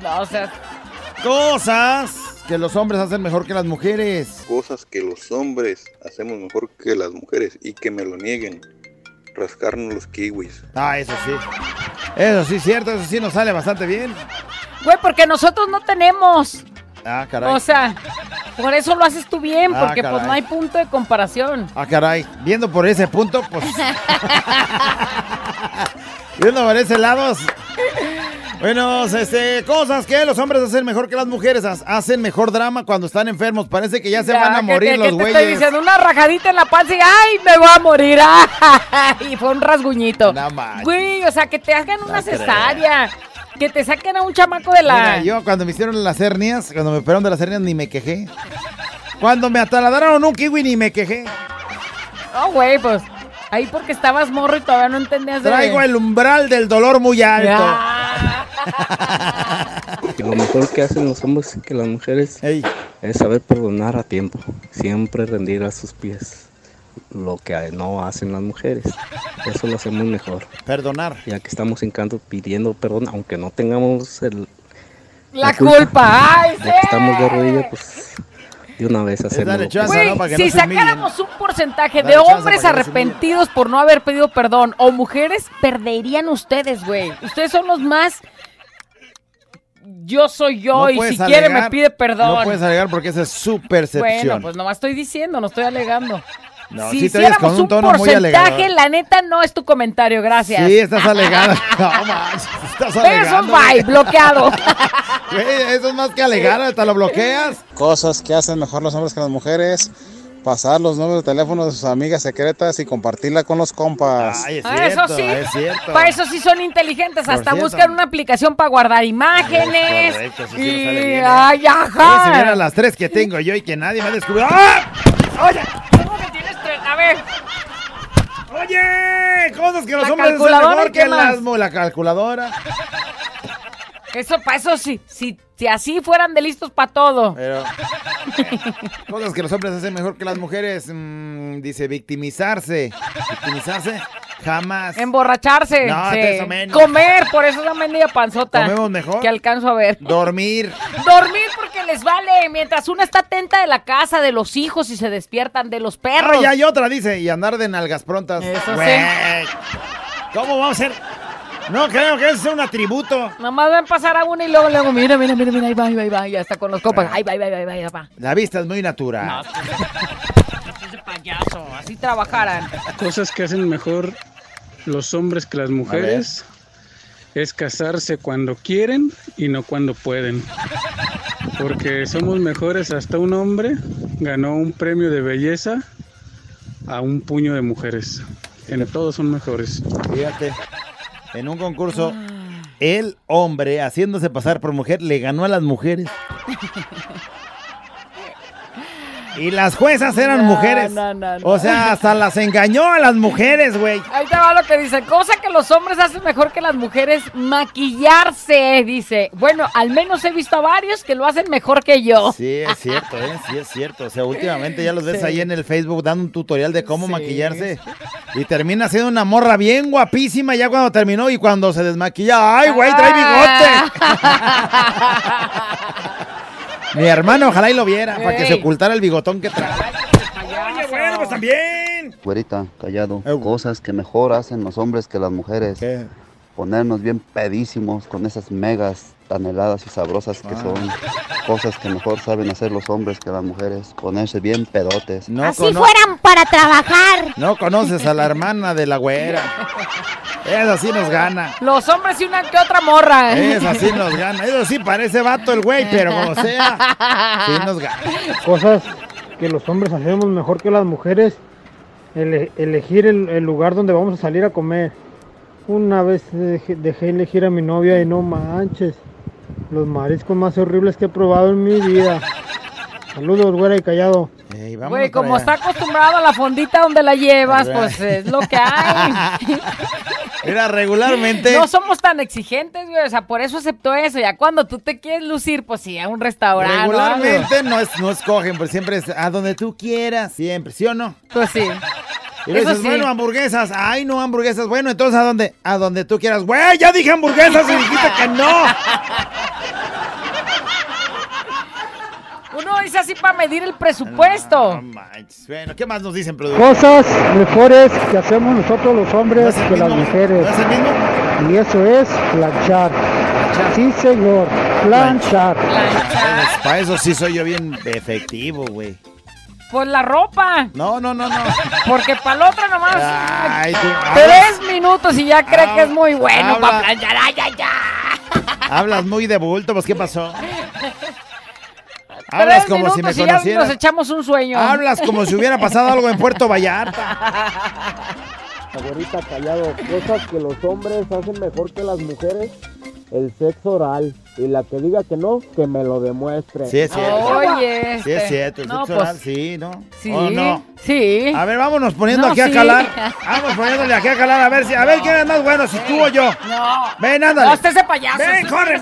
No, o sea,
Cosas que los hombres hacen mejor que las mujeres.
Cosas que los hombres hacemos mejor que las mujeres y que me lo nieguen. Rascarnos los kiwis.
Ah, eso sí. Eso sí, es cierto, eso sí nos sale bastante bien.
güey, porque nosotros no tenemos.
Ah, caray.
O sea, por eso lo haces tú bien,
Ah,
porque pues
caray.
no hay punto de comparación.
Ah, caray. Viendo por ese punto, pues. Viendo por ese lado. Bueno, este, cosas que los hombres hacen mejor que las mujeres. Has- Hacen mejor drama cuando están enfermos. Parece que ya se van a
que te-
morir
que
los
te
güeyes.
estoy diciendo una rajadita en la panza y ¡ay, me voy a morir! ¡Ah! Y fue un rasguñito. Güey, o sea, que te hagan una
creas.
cesárea. Que te saquen a un chamaco de la...
Mira, yo cuando me hicieron las hernias, cuando me operaron de las hernias, ni me quejé. Cuando me ataladraron un kiwi, ni me quejé.
No, güey, pues... Ahí porque estabas morro y todavía no entendías de...
Traigo el umbral del dolor muy alto.
Lo mejor que hacen los hombres que las mujeres es saber perdonar a tiempo, siempre rendir a sus pies lo que no hacen las mujeres. Eso lo hacemos mejor.
Perdonar.
Ya que estamos en canto pidiendo perdón, aunque no tengamos el-
La, culpa. ¡Ay,
ya
sí!
que estamos de rodillas, pues de una vez hacerlo.
dale
pues.
chance,
Güey,
¿no? Para que
si
no se humillen.
sacáramos un porcentaje
Dale
de
chance
hombres
para que no se humillen.
arrepentidos por no haber pedido perdón o mujeres, perderían ustedes, güey. Ustedes son los más. Yo soy yo
No
y
puedes
si quiere me
alegar-
pide perdón.
No puedes alegar porque esa es su
bueno,
percepción.
pues nomás estoy diciendo, no estoy alegando.
No,
si
sí te oyes
hiciéramos
con un
un,
tono muy
porcentaje,
alegador.
la neta no es tu comentario, gracias.
Sí, estás alegada. No, manches, estás
Besos,
alegando.
bye, bloqueado.
Güey, eso es más que alegar, hasta lo bloqueas.
Cosas que hacen mejor los hombres que las mujeres. Pasar los números de teléfono de sus amigas secretas y compartirla con los compas.
Ah, eso sí, para eso sí son inteligentes,
Por
hasta
cierto.
buscan una aplicación para guardar imágenes.
Ah, correcto, sí, sí,
y...
nos sale bien, ¿eh?
Ay,
Oye, si
ajá.
vieran las tres que tengo yo y que nadie me ha descubierto. ¡Ah!
Oye, ¿cómo que tienes tres? A ver.
Oye, cosas que los
La
hombres hacen
calculadora,
mejor
¿qué
que
más?
las mu- la calculadora.
Eso, para eso sí. Si, si así fueran de listos para todo.
Pero cosas que los hombres hacen mejor que las mujeres. mm, dice victimizarse. Victimizarse jamás.
Emborracharse.
No,
sí.
eso menos.
Comer, por eso esa mendiga panzota.
Comemos mejor.
Que alcanzo a ver.
Dormir.
Dormir porque les vale. Mientras una está atenta de la casa, de los hijos y se despiertan, de los perros.
Ah, y hay otra, dice, y andar de nalgas prontas. Eso ¿Cómo vamos a hacer? No creo que eso sea un atributo.
Nomás van a pasar a una y luego, luego, mira, mira, mira, mira, ahí va, ahí va, ahí va. Y hasta con los copas. Ahí va, ahí va, ahí va, ahí va.
La vista es muy natural.
ese payaso. Así trabajaran.
Cosas que hacen mejor los hombres que las mujeres es casarse cuando quieren y no cuando pueden. Porque somos mejores hasta un hombre ganó un premio de belleza a un puño de mujeres. En todos son mejores.
Fíjate, en un concurso, el hombre haciéndose pasar por mujer le ganó a las mujeres. Y las juezas eran
No,
mujeres.
no, no, no.
O sea, hasta las engañó a las mujeres, güey.
Ahí te va lo que dice. Cosa que los hombres hacen mejor que las mujeres, maquillarse, dice. Bueno, al menos he visto a varios que lo hacen mejor que yo.
Sí, es cierto, ¿eh? Sí, es cierto. O sea, últimamente ya los ves
Sí.
ahí en el Facebook dando un tutorial de cómo maquillarse. Y termina siendo una morra bien guapísima ya cuando terminó y cuando se desmaquilla. ¡Ay, güey, trae bigote! Mi hermano, ojalá y lo viera, para que se
Ey.
ocultara el bigotón que trae. Oye, bueno, pues también.
Güerita, callado. Cosas que mejor hacen los hombres que las mujeres. Ponernos bien pedísimos con esas megas tan heladas y sabrosas que son. Cosas que mejor saben hacer los hombres que las mujeres. Ponerse bien pedotes.
No
Así fueran para trabajar.
No conoces a la hermana de la güera. Esa sí nos gana.
Los hombres y una que otra morra.
Esa sí nos gana. Eso sí parece vato el güey, pero como sea, sí nos gana.
Cosas que los hombres hacemos mejor que las mujeres. ele- elegir el, el lugar donde vamos a salir a comer. Una vez dejé, dejé elegir a mi novia y no manches. Los mariscos más horribles que he probado en mi vida. Saludos, güera y callado.
Güey, como está acostumbrado a la fondita donde la llevas, pues es lo que hay.
Mira, regularmente.
No somos tan exigentes, güey. O sea, por eso aceptó eso. Ya cuando tú te quieres lucir, pues sí, a un restaurante. o algo.
Regularmente no, es, no escogen, pero siempre es a donde tú quieras, siempre, ¿sí o no?
Pues sí.
Y le
Eso
dices,
sí.
bueno, hamburguesas. Ay, no, hamburguesas. Bueno, entonces, ¿a dónde? A donde tú quieras. Güey, ya dije hamburguesas y dijiste que no.
Uno dice así para medir el
Ah,
presupuesto.
Bueno, ¿qué más nos dicen, productor?
Cosas mejores que hacemos nosotros los hombres que las mujeres. Y eso es planchar. Sí, señor, planchar.
Para eso sí soy yo bien efectivo, güey.
Pues la ropa.
No, no, no, no.
Porque para la otra nomás.
Ay, tú
Tres minutos y ya cree que es muy bueno
habla.
para planchar. Ay, ay, ay.
hablas muy de bulto, pues ¿qué pasó?
Tres
Hablas como si me
minutos y ya nos
conocieras.
echamos un sueño.
Hablas como si hubiera pasado algo en Puerto Vallarta.
Abuelita callado, cosas que los hombres hacen mejor que las mujeres, el sexo oral. Y la que diga que no, que me lo demuestre.
Sí, es cierto.
Oye,
Sí, es
este.
cierto. El
No,
sexo
pues,
oral, sí, ¿no?
Sí.
¿O no?
Sí.
A ver, vámonos poniendo
No,
aquí a
sí.
calar. Vamos poniéndole aquí a calar a ver si. A ver quién es más bueno, si tú o yo.
No.
Ven, ándale.
No, este usted ese payaso.
Ven, corre.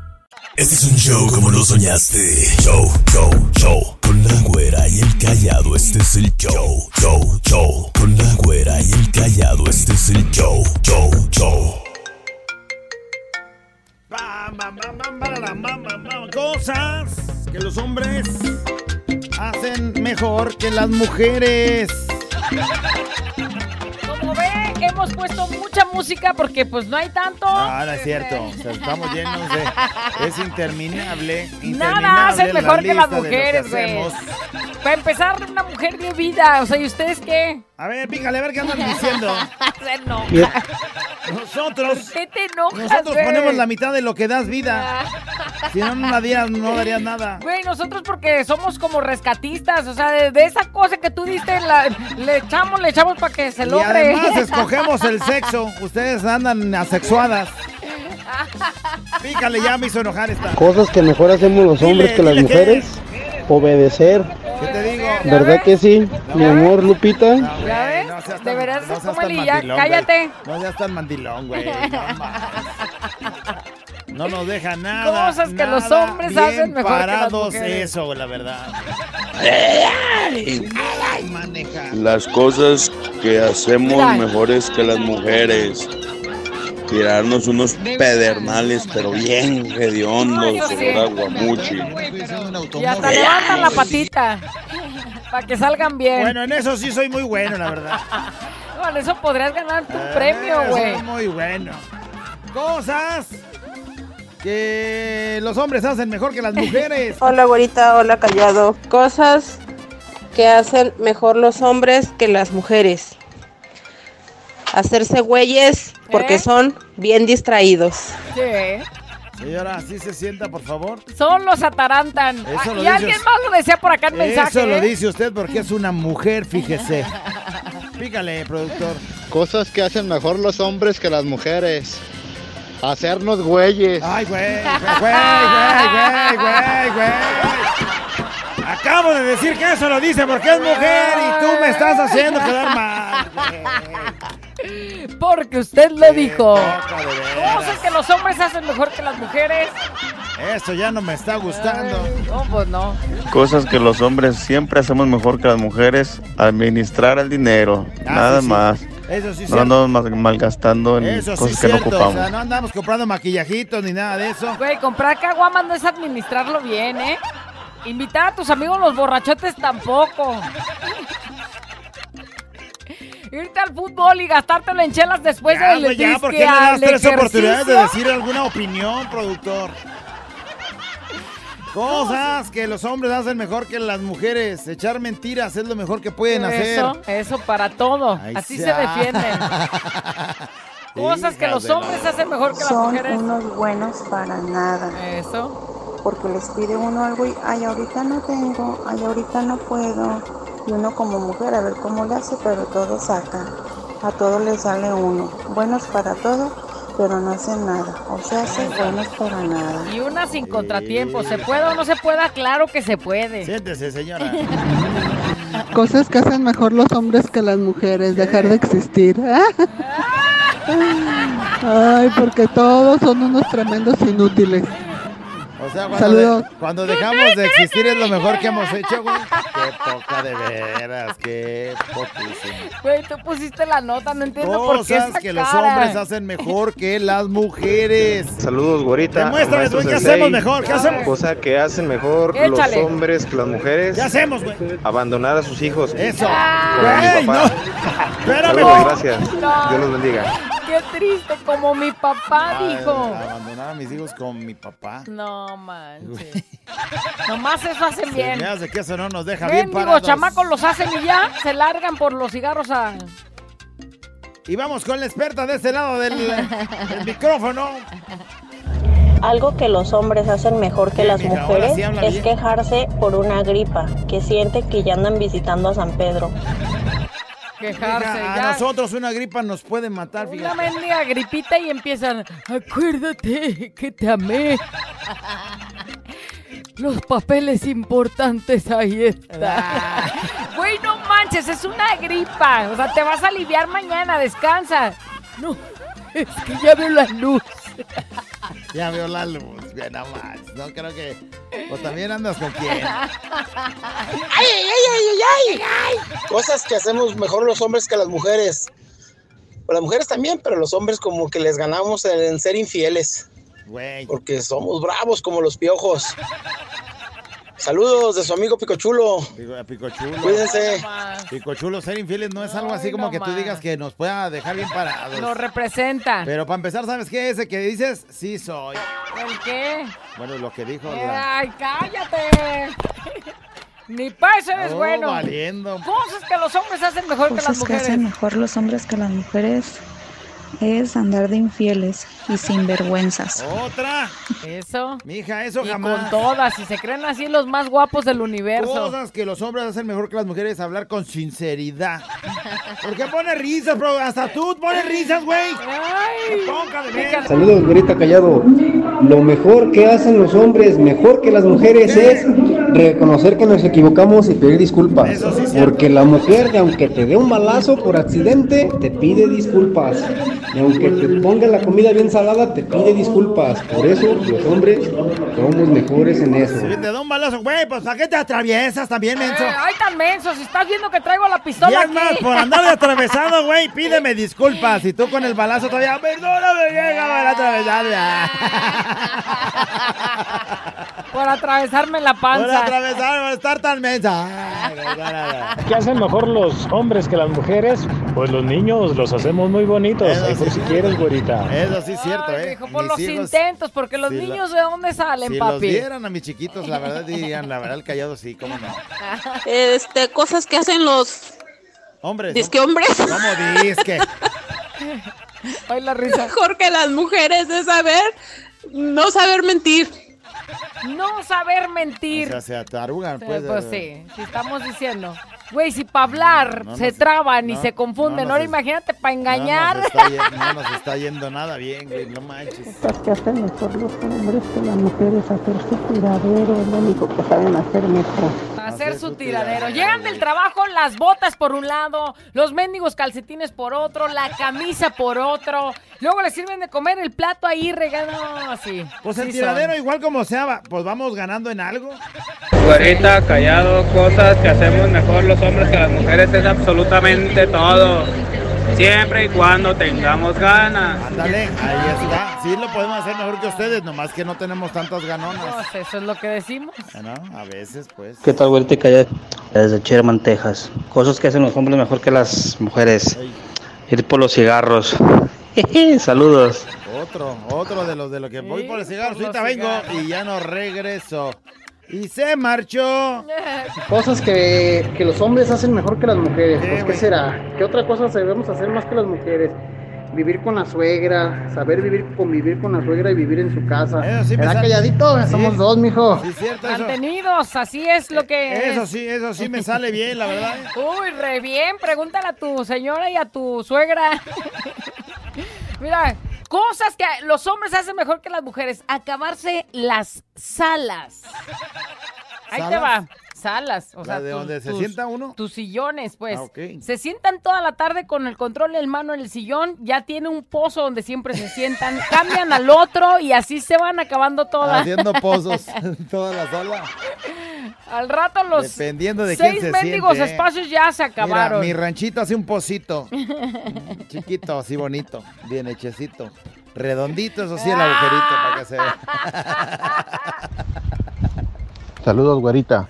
Este es un show como lo soñaste. Show, show, show. Con la güera y el callado, este es el show. Show, show. Con la güera y el callado, este es el show. Show, show.
Cosas que los hombres hacen mejor que las mujeres.
Como ve, hemos puesto mucha música porque pues no hay tanto.
Ah, No, no es cierto. O sea, estamos llenos de. Es interminable. interminable
Nada hacen
la
mejor que las
lista de lo que
mujeres, güey.
hacemos.
Para empezar, una mujer dio vida. O sea, ¿y ustedes qué?
A ver, pícale, a ver qué andan diciendo.
Se enoja.
Nosotros.
¿Qué te enojas,
Nosotros
güey?
ponemos la mitad de lo que das vida. Si no, no la dieras, no darías nada.
Güey, nosotros porque somos como rescatistas, o sea, de, de esa cosa que tú diste, la- le echamos, le echamos para que se
Y
logre.
además escogemos el sexo. Ustedes andan asexuadas. Pícale, ya me hizo enojar esta.
Cosas que mejor hacemos los hombres que las
dile, ¿qué?
mujeres. Obedecer. ¿Verdad que sí? Mi amor, Lupita.
¿Ya ves? Deberías ser como el Iyak, cállate.
No seas tan mandilón, güey. No, más. No nos deja nada.
Cosas que los
nada
hombres
bien
hacen mejor que las
parados
mujeres.
eso, la verdad. maneja.
Las cosas que hacemos
Mira.
mejores que las mujeres. Tirarnos unos pedernales, pero bien
No,
hediondos,
yo sí.
olor a guamuchi.
Y hasta levantan la patita para que salgan bien.
Bueno, en eso sí soy muy bueno, la verdad.
No, en eso podrías ganar tu
Eh,
premio, güey.
soy muy bueno. Cosas que los hombres hacen mejor que las mujeres.
Hola, güerita, hola, callado. Cosas que hacen mejor los hombres que las mujeres. Hacerse güeyes porque
¿Eh?
son bien distraídos.
Sí.
Señora, así se sienta, por favor.
Son los atarantan.
Eso
Ah,
lo
y
dices.
alguien más lo decía por acá en mensaje.
Eso lo
¿eh?
dice usted porque es una mujer, fíjese. Pícale, productor.
Cosas que hacen mejor los hombres que las mujeres. Hacernos güeyes.
Ay, güey, güey, güey, güey, güey, güey. Acabo de decir que eso lo dice porque es mujer y tú me estás haciendo quedar mal.
Porque usted lo dijo.
veras.
Cosas que los hombres hacen mejor que las mujeres.
Eso ya no me está gustando.
No, pues no.
Cosas que los hombres siempre hacemos mejor que las mujeres, administrar el dinero,
Ah,
nada más.
Ah, Eso sí,
no
cierto.
andamos mal- malgastando en
Eso sí,
cosas que no
cierto. O
ocupamos.
sea, no andamos comprando maquillajitos ni nada de eso.
Güey, comprar caguamas no es administrarlo bien, ¿eh? Invitar a tus amigos los borrachotes tampoco. Irte al fútbol y gastártelo en chelas después
Ya,
del
güey, ya, ¿por qué
dizque
no das
al
tres
ejercicio?
oportunidades de decir alguna opinión, productor? Cosas que los hombres hacen mejor que las mujeres. Echar mentiras es lo mejor que pueden
Eso,
hacer.
eso para todo. Así se
sea.
defienden. Cosas que
Hijas
los
de la-
hombres hacen mejor que las
Son
mujeres.
unos buenos para nada.
Eso.
Porque les pide uno algo y, ay, ahorita no tengo, ay, ahorita no puedo. Y uno como mujer, a ver cómo le hace, pero todo saca. A todos les sale uno. Buenos para todo, pero no hacen nada. O sea, sí, buenos para nada.
Y una sin contratiempo. ¿Se puede o no se pueda? Claro que se puede.
Siéntese, señora.
Cosas que hacen mejor los hombres que las mujeres, dejar de existir. Ay, porque todos son unos tremendos inútiles.
O sea, cuando,
Saludos.
de- cuando dejamos de existir es lo mejor que hemos hecho, güey. Qué poca de veras, qué poquísimo.
Güey, tú pusiste la nota, no entiendo por qué
Cosas
esa
que los
cara.
hombres hacen mejor que las mujeres.
Saludos, güerita.
Demuéstrame,
Maestro
güey, ¿qué
Sensei.
hacemos mejor? ¿Qué hacemos?
Cosa que hacen mejor
Échale.
los hombres que las mujeres.
¿Qué hacemos, güey?
Abandonar a sus hijos.
Eso.
Como
Güey,
mi papá.
Eh, Espérame.
Saludos, gracias.
No.
Dios los bendiga.
Qué triste, como mi papá
Ay,
dijo.
Abandonar a mis hijos con mi papá.
No manches. Nomás eso hacen
Se
bien.
me hace que eso no nos deja bien
Mendigos
parados.
chamacos los hacen y ya se largan por los cigarros a.
Y vamos con la experta de este lado del, del micrófono.
Algo que los hombres hacen mejor que las
mija, ahora
mujeres
sí habla
es
bien.
quejarse por una gripa, que sienten que ya andan visitando a San Pedro.
Quejarse,
Mija,
ya.
A nosotros una gripa nos puede matar,
Una
fíjate.
mendiga gripita y empiezan. Acuérdate que te amé. Los papeles importantes ahí están.
Ah.
Güey, no manches, es una gripa. O sea, te vas a aliviar mañana, descansa. No, es que ya veo la luz.
Ya veo la luz, güey, nada más. No creo que. O también andas con quién.
¡Ay, ay, ay, ay, ay! Cosas que hacemos mejor los hombres que las mujeres. O las mujeres también, pero los hombres como que les ganamos en ser infieles.
Güey.
Porque somos bravos como los piojos. Saludos de su amigo Picochulo.
Pico- Picochulo.
Cuídense.
Picochulo, ser infieles no es algo así
Ay,
como
no
que tú
más.
digas que nos pueda dejar bien parados.
Nos representa.
Pero para empezar, ¿sabes qué? Ese que dices, sí soy.
¿El qué? Eh,
Bueno, lo que dijo. la-
¡Ay, cállate! Ni pa' eso eres
Oh,
bueno.
valiendo.
Cosas que los hombres hacen mejor que las
Cosas que
mujeres.
hacen mejor los hombres que las mujeres. es andar de infieles y sinvergüenzas.
¡Otra!
Eso.
Mija, eso
y con
jamás.
todas. Y se creen así los más guapos del universo.
Cosas que los hombres hacen mejor que las mujeres hablar con sinceridad. ¿Por qué pones risas, bro? Hasta tú pones risas, güey. Póngale, ven.
Saludos, Gorita Callado. Lo mejor que hacen los hombres, mejor que las mujeres, es reconocer que nos equivocamos y pedir disculpas. Porque la mujer, de aunque te dé un balazo por accidente, te pide disculpas. Y aunque te ponga la comida bien salada, te pide disculpas. Por eso los hombres somos mejores en eso.
Si te da un balazo, güey, pues ¿para qué te atraviesas también, menso?
Eh, ay, tan menso. Si estás viendo que traigo la
Y
pistola
es más,
aquí.
por andar de atravesado, güey, pídeme disculpas. Y tú con el balazo todavía, perdóname, llega para
Por atravesarme la panza.
Por atravesar, por estar tan mensa.
¿Qué hacen mejor los hombres que las mujeres? Pues los niños los hacemos muy bonitos. Ahí por si quieres, güerita.
Eso sí es cierto, ¿eh?
Dijo, por
Mis
los
hijos,
intentos, porque los
si lo-
niños de dónde salen,
si
papi.
los vieran a mis chiquitos, la verdad dirían, la verdad, el callado sí, cómo no.
Este, cosas que hacen los
Hombres.
Disque hombres.
¿Cómo disque?
Ay, la risa.
Mejor que las mujeres es saber, no saber mentir.
No saber mentir.
O sea, se atarugan,
Eh,
pues.
Pues, sí, sí estamos diciendo. Güey, si para hablar
No, no
se
sé.
traban y
No,
se confunden,
no, no
ahora
sé.
imagínate para
No
engañar.
nos, está, ye- no nos está yendo nada bien, güey, no manches.
Cosas que hacen mejor los hombres que las mujeres, hacerse tiradero es lo único que saben hacer mejor.
hacer
eh,
su tiradero. Llegan del trabajo las botas por un lado, los mendigos calcetines por otro, la camisa por otro. Luego les sirven de comer el plato ahí regado así.
Pues el
Sí
tiradero,
son.
igual como sea, va- pues vamos ganando en algo.
Güerita, callado, cosas que hacemos mejor los hombres que las mujeres es absolutamente todo. Siempre y cuando tengamos ganas.
Ándale, ahí está. Sí lo podemos hacer mejor que ustedes, nomás que no tenemos tantas ganonas.
Pues eso es lo que decimos.
¿No? A veces, pues.
¿Qué tal, güerita Callado? Desde Sherman, Texas. Cosas que hacen los hombres mejor que las mujeres. Ir por los cigarros. Saludos.
Otro, otro de los de lo que voy
Sí,
por el cigarro,
por los
ahorita vengo
cigarros.
y ya no regreso. Y se marchó.
Cosas que, que los hombres hacen mejor que las mujeres. Pues, ¿Qué será? ¿Qué otra cosa debemos hacer más que las mujeres? Vivir con la suegra, saber vivir, convivir con la suegra y vivir en su casa. ¿Verdad,
sale.
calladito?
Sí.
Somos dos, mijo.
Sí, cierto, eso.
Mantenidos, así es lo que
Eh, Eso
es.
sí, eso sí me sale bien, la verdad. ¿eh?
Uy, re bien. Pregúntale a tu señora y a tu suegra. Mira, cosas que los hombres hacen mejor que las mujeres. Acabarse las salas. Ahí te
¿Salas?
va. Salas. O
La
sea,
de
tus-
donde se
tus-
sienta uno.
Tus sillones, pues.
Ah, ok.
Se sientan toda la tarde con el control en mano en el sillón. Ya tiene un pozo donde siempre se sientan. Cambian al otro y así se van acabando todas.
Haciendo pozos en toda la sala.
Al rato los
Dependiendo de quién
seis
se
mendigos
siente, ¿eh?
espacios ya se
Mira,
acabaron.
mi ranchito hace un pocito. Chiquito, así bonito. Bien hechecito. Redondito, eso sí, el agujerito para que se vea.
Saludos, güerita.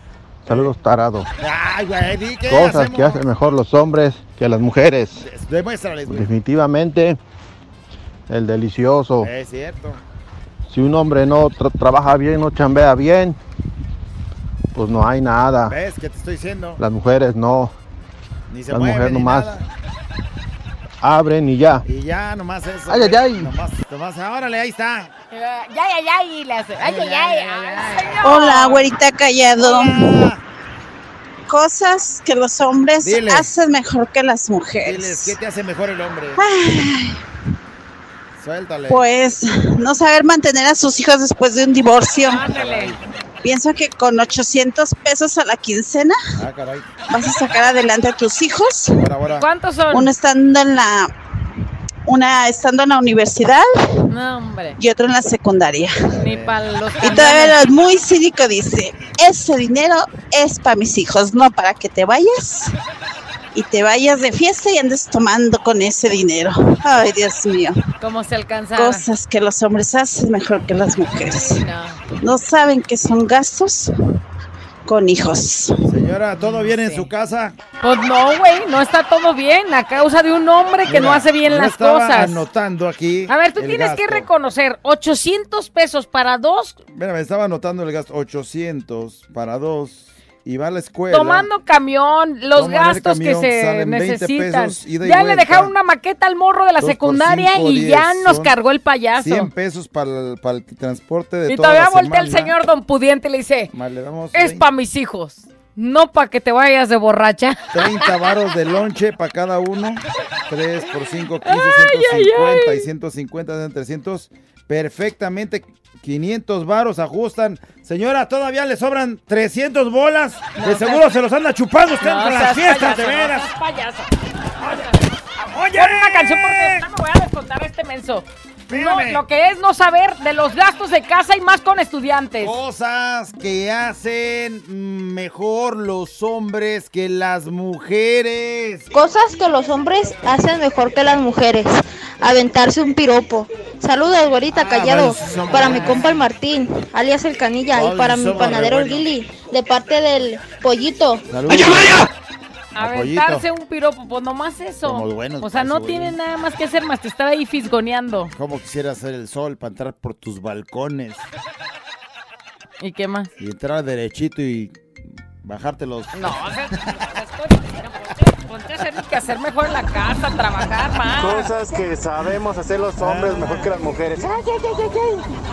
Saludos, tarado.
Ay, güey, di que
Cosas
hacemos.
que hacen mejor los hombres que las mujeres.
Demuéstrales, güey.
Definitivamente, el delicioso.
Es cierto.
Si un hombre no tra- trabaja bien, no chambea bien, pues no hay nada.
¿Ves qué te estoy diciendo?
Las mujeres no.
Ni se
Las
mueven
mujeres
ni
nomás
nada.
abren y ya.
Y ya, nomás eso.
Ay,
güey.
ay, ay.
Nomás, nomás, órale, ahí está.
Ya, ya, ya, y le hace. Ay, ay, ay, ay, señor.
Hola, güerita callado. Cosas que los hombres
Diles.
hacen mejor que las
Diles,
mujeres.
¿qué te hace mejor el hombre? Suéltale.
Pues no saber mantener a sus hijos después de un divorcio.
Ándale.
Pienso que con 800 pesos a la quincena
Ah, caray.
vas a sacar adelante a tus hijos.
ahora.
¿Cuántos son?
Uno estando en la una estando en la universidad
No, hombre.
y otro en la secundaria.
Ni para los
Y
camiones.
todavía el muy cínico dice, ese dinero es para mis hijos, no para que te vayas y te vayas de fiesta y andes tomando con ese dinero. Ay, Dios mío.
Como se alcanzara.
Cosas que los hombres hacen mejor que las mujeres.
No.
No saben que son gastos con hijos.
Señora, ¿todo bien en su casa?
Pues no, güey, no está todo bien a causa de un hombre que no
Mira,
hace bien
yo
las
estaba
cosas.
anotando aquí.
A ver, tú
el
tienes que
gasto.
reconocer 800 pesos para dos.
Mira, me estaba anotando el gasto. 800 para dos. y va a la escuela.
Tomando camión, los
Toman el
gastos
camión,
que se
salen 20
necesitan.
pesos, ida y
ya le
vuelta.
dejaron una maqueta al morro de la
Dos por
secundaria
cinco,
y
diez,
ya nos
son
cargó el payaso.
100 pesos para el, para el transporte de
y
toda
todavía
la
voltea el
semana.
señor don pudiente y le dice,
Más le damos
es para mis hijos, no para que te vayas de borracha.
30 varos de lonche para cada uno. 3 por 5, 15,
ay,
150 y 150 dan 300. Perfectamente 500 varos ajustan. Señora, todavía le sobran 300 bolas. De seguro se los anda chupando usted
No
con las
seas
fiestas,
payaso,
de
no
veras.
seas payaso. Oye, Pon una canción porque ahorita me voy a descontar a este menso. No, lo que es no saber de los gastos de casa y más con estudiantes.
Oh, Cosas que hacen mm, mejor los hombres que las mujeres.
Cosas que los hombres hacen mejor que las mujeres. Aventarse un piropo. Saludos, güerita, callado.
vale, sí Ah, son
Para mi
buenas.
compa el Martín, alias el Canilla.
Vale,
y para
sí
mi
son re
panadero el
buenas.
Gili, de parte del pollito.
Aventarse un piropo, pues nomás eso.
Somos buenos
o sea,
para
no
eso, güey.
tiene nada más que hacer más que estar ahí fisgoneando.
¿Cómo quisiera hacer el sol para entrar por tus balcones?
¿Y qué más?
Y entrar derechito y bajarte los...
No, o sea, las cosas- no, ponte- ponte a hacer que hacer mejor en la casa, trabajar más.
Cosas que sabemos hacer los hombres mejor que las mujeres.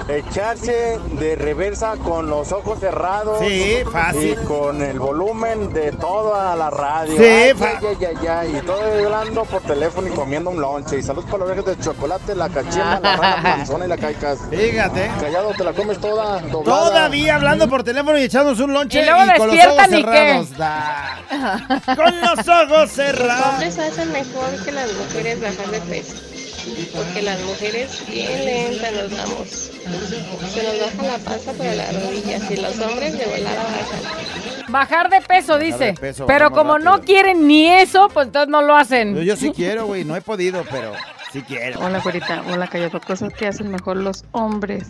Echarse de reversa con los ojos cerrados.
Sí, fácil.
Y con el volumen de toda la radio.
Sí,
Ay,
fa-
ay, ay, ay, ay. Y todo hablando por teléfono y comiendo un lonche. Y salud para los viajes de chocolate, la cachema, la rana panzona y la caicas.
Fíjate.
Callado, te la comes toda doblada.
Todavía hablando por teléfono y echándonos un lonche
Y luego
con los ojos
despiertan y
cerrados.
qué.
Da. Con los ojos cerrados.
hombres hacen mejor que las mujeres bajar de peso. Porque las mujeres bien lentas nos vamos. Se nos baja la panza para las rodillas y los hombres de volada bajan.
Bajar de peso, dice.
de peso,
Pero
bajar más
como no quieren ni eso, pues entonces no lo hacen.
Yo, yo sí quiero, güey. No he podido, pero sí quiero.
Hola, güerita. Hola, callado. Cosas que hacen mejor los hombres.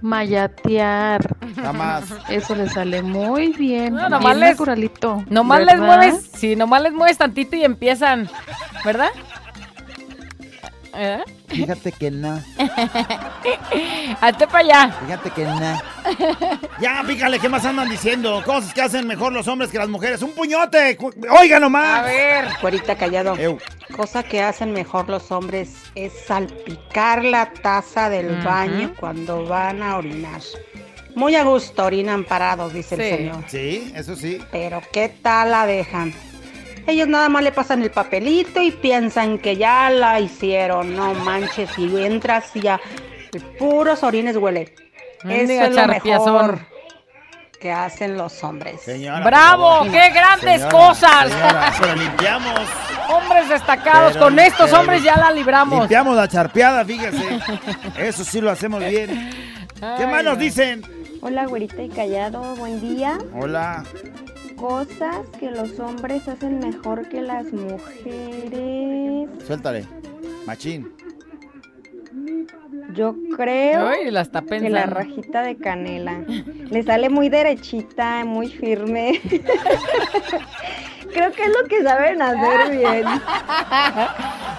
Mayatear.
Jamás.
Eso le sale muy bien.
No, nomás
bien
les-
naturalito.
Nomás les
¿verdad?
mueves, sí, nomás les mueves tantito y empiezan, ¿verdad? ¿Eh?
Fíjate que no.
Hazte para Ah, este allá.
Fíjate que no. Ya, pícale, ¿qué más andan diciendo? Cosas que hacen mejor los hombres que las mujeres. ¡Un puñote! Cu- ¡Oiga nomás!
Güerita callado. Cosa que hacen mejor los hombres es salpicar la taza del
Ujú.
baño cuando van a orinar. Muy a gusto orinan parados, dice
Sí.
el señor.
Sí, eso sí.
Pero ¿qué tal la dejan? Ellos nada más le pasan el papelito y piensan que ya la hicieron. No manches, si entras y ya puros orines huele. Eso
Mendiga
es lo
charpiazón.
mejor que hacen los hombres.
¡Bravo! ¡Qué grandes cosas!
pero limpiamos.
Hombres destacados,
Pero-
con estos
pero-
hombres ya la libramos.
Limpiamos la charpeada, fíjese. Eso sí lo hacemos bien. ¿Qué más nos dicen?
Hola, güerita y callado, buen día.
Hola.
Cosas que los hombres hacen mejor que las mujeres.
Suéltale. Machín.
Yo creo
Ay, la está
que la
pensando.
rajita de canela le sale muy derechita, muy firme. creo que es lo que saben hacer bien.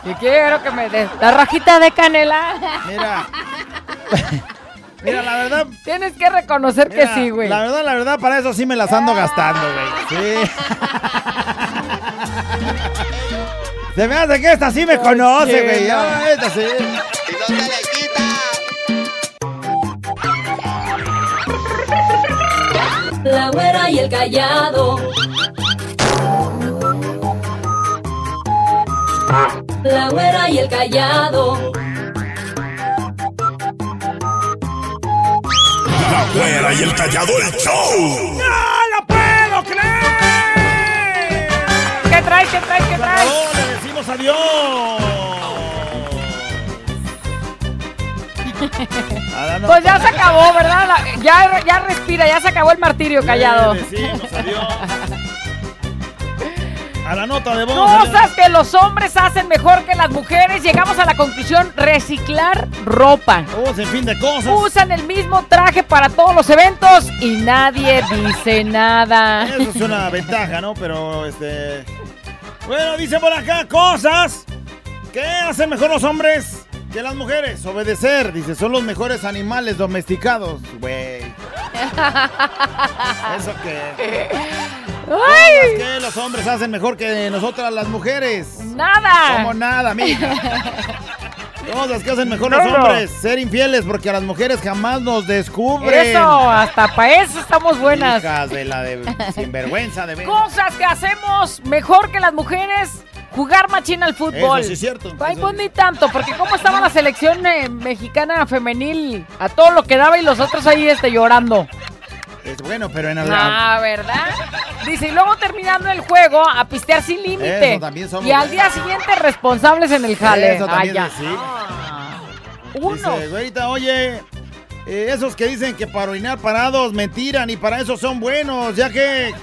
Y quiero que me des la rajita de canela.
Mira. Mira, la verdad.
Tienes que reconocer
Mira,
que sí, güey.
La verdad, la verdad, para eso sí me las ando gastando, güey. Sí. Se me hace que esta sí me conoce, güey. Ya, esta sí.
La güera y el callado. La güera y el callado.
La güera y el callado, el show.
¿Qué traes? ¿Qué traes? ¿Qué traes?
le decimos adiós. Ahora no.
Pues ya se acabó, ¿verdad? La- Ya, ya respira, ya se acabó el martirio callado.
Le decimos adiós. A la nota de voz.
Cosas que los hombres hacen mejor que las mujeres. Llegamos a la conclusión, reciclar ropa.
Oh, fin de cosas.
Usan el mismo traje para todos los eventos y nadie dice nada.
Eso es una ventaja, ¿no? Pero este. Bueno, dice por acá cosas que hacen mejor los hombres que las mujeres. Obedecer, dice, son los mejores animales domesticados, güey. ¿Eso qué?
¡Ay!
¿Qué los hombres hacen mejor que nosotras las mujeres?
¡Nada!
Como nada, mija. Cosas que hacen mejor los
Nada.
hombres, ser infieles, porque a las mujeres jamás nos descubren.
Eso, hasta para eso estamos buenas.
Hijas de la de sinvergüenza de ver.
Cosas que hacemos mejor que las mujeres. Jugar machina al fútbol.
Eso sí es cierto.
Ay, pues ni tanto, porque cómo estaba la selección eh, mexicana femenil a todo lo que daba y los otros ahí este, llorando.
Es bueno, pero en la...
Ah, ¿verdad? Dice, y luego terminando el juego a pistear sin límite.
Eso también somos.
Y al día siguiente responsables en el jale.
Eso
Ay,
también
ya.
es- sí.
Uno.
Dice, güerita, oye, eh, esos que dicen que para orinar parados me tiran y para eso son buenos, ya que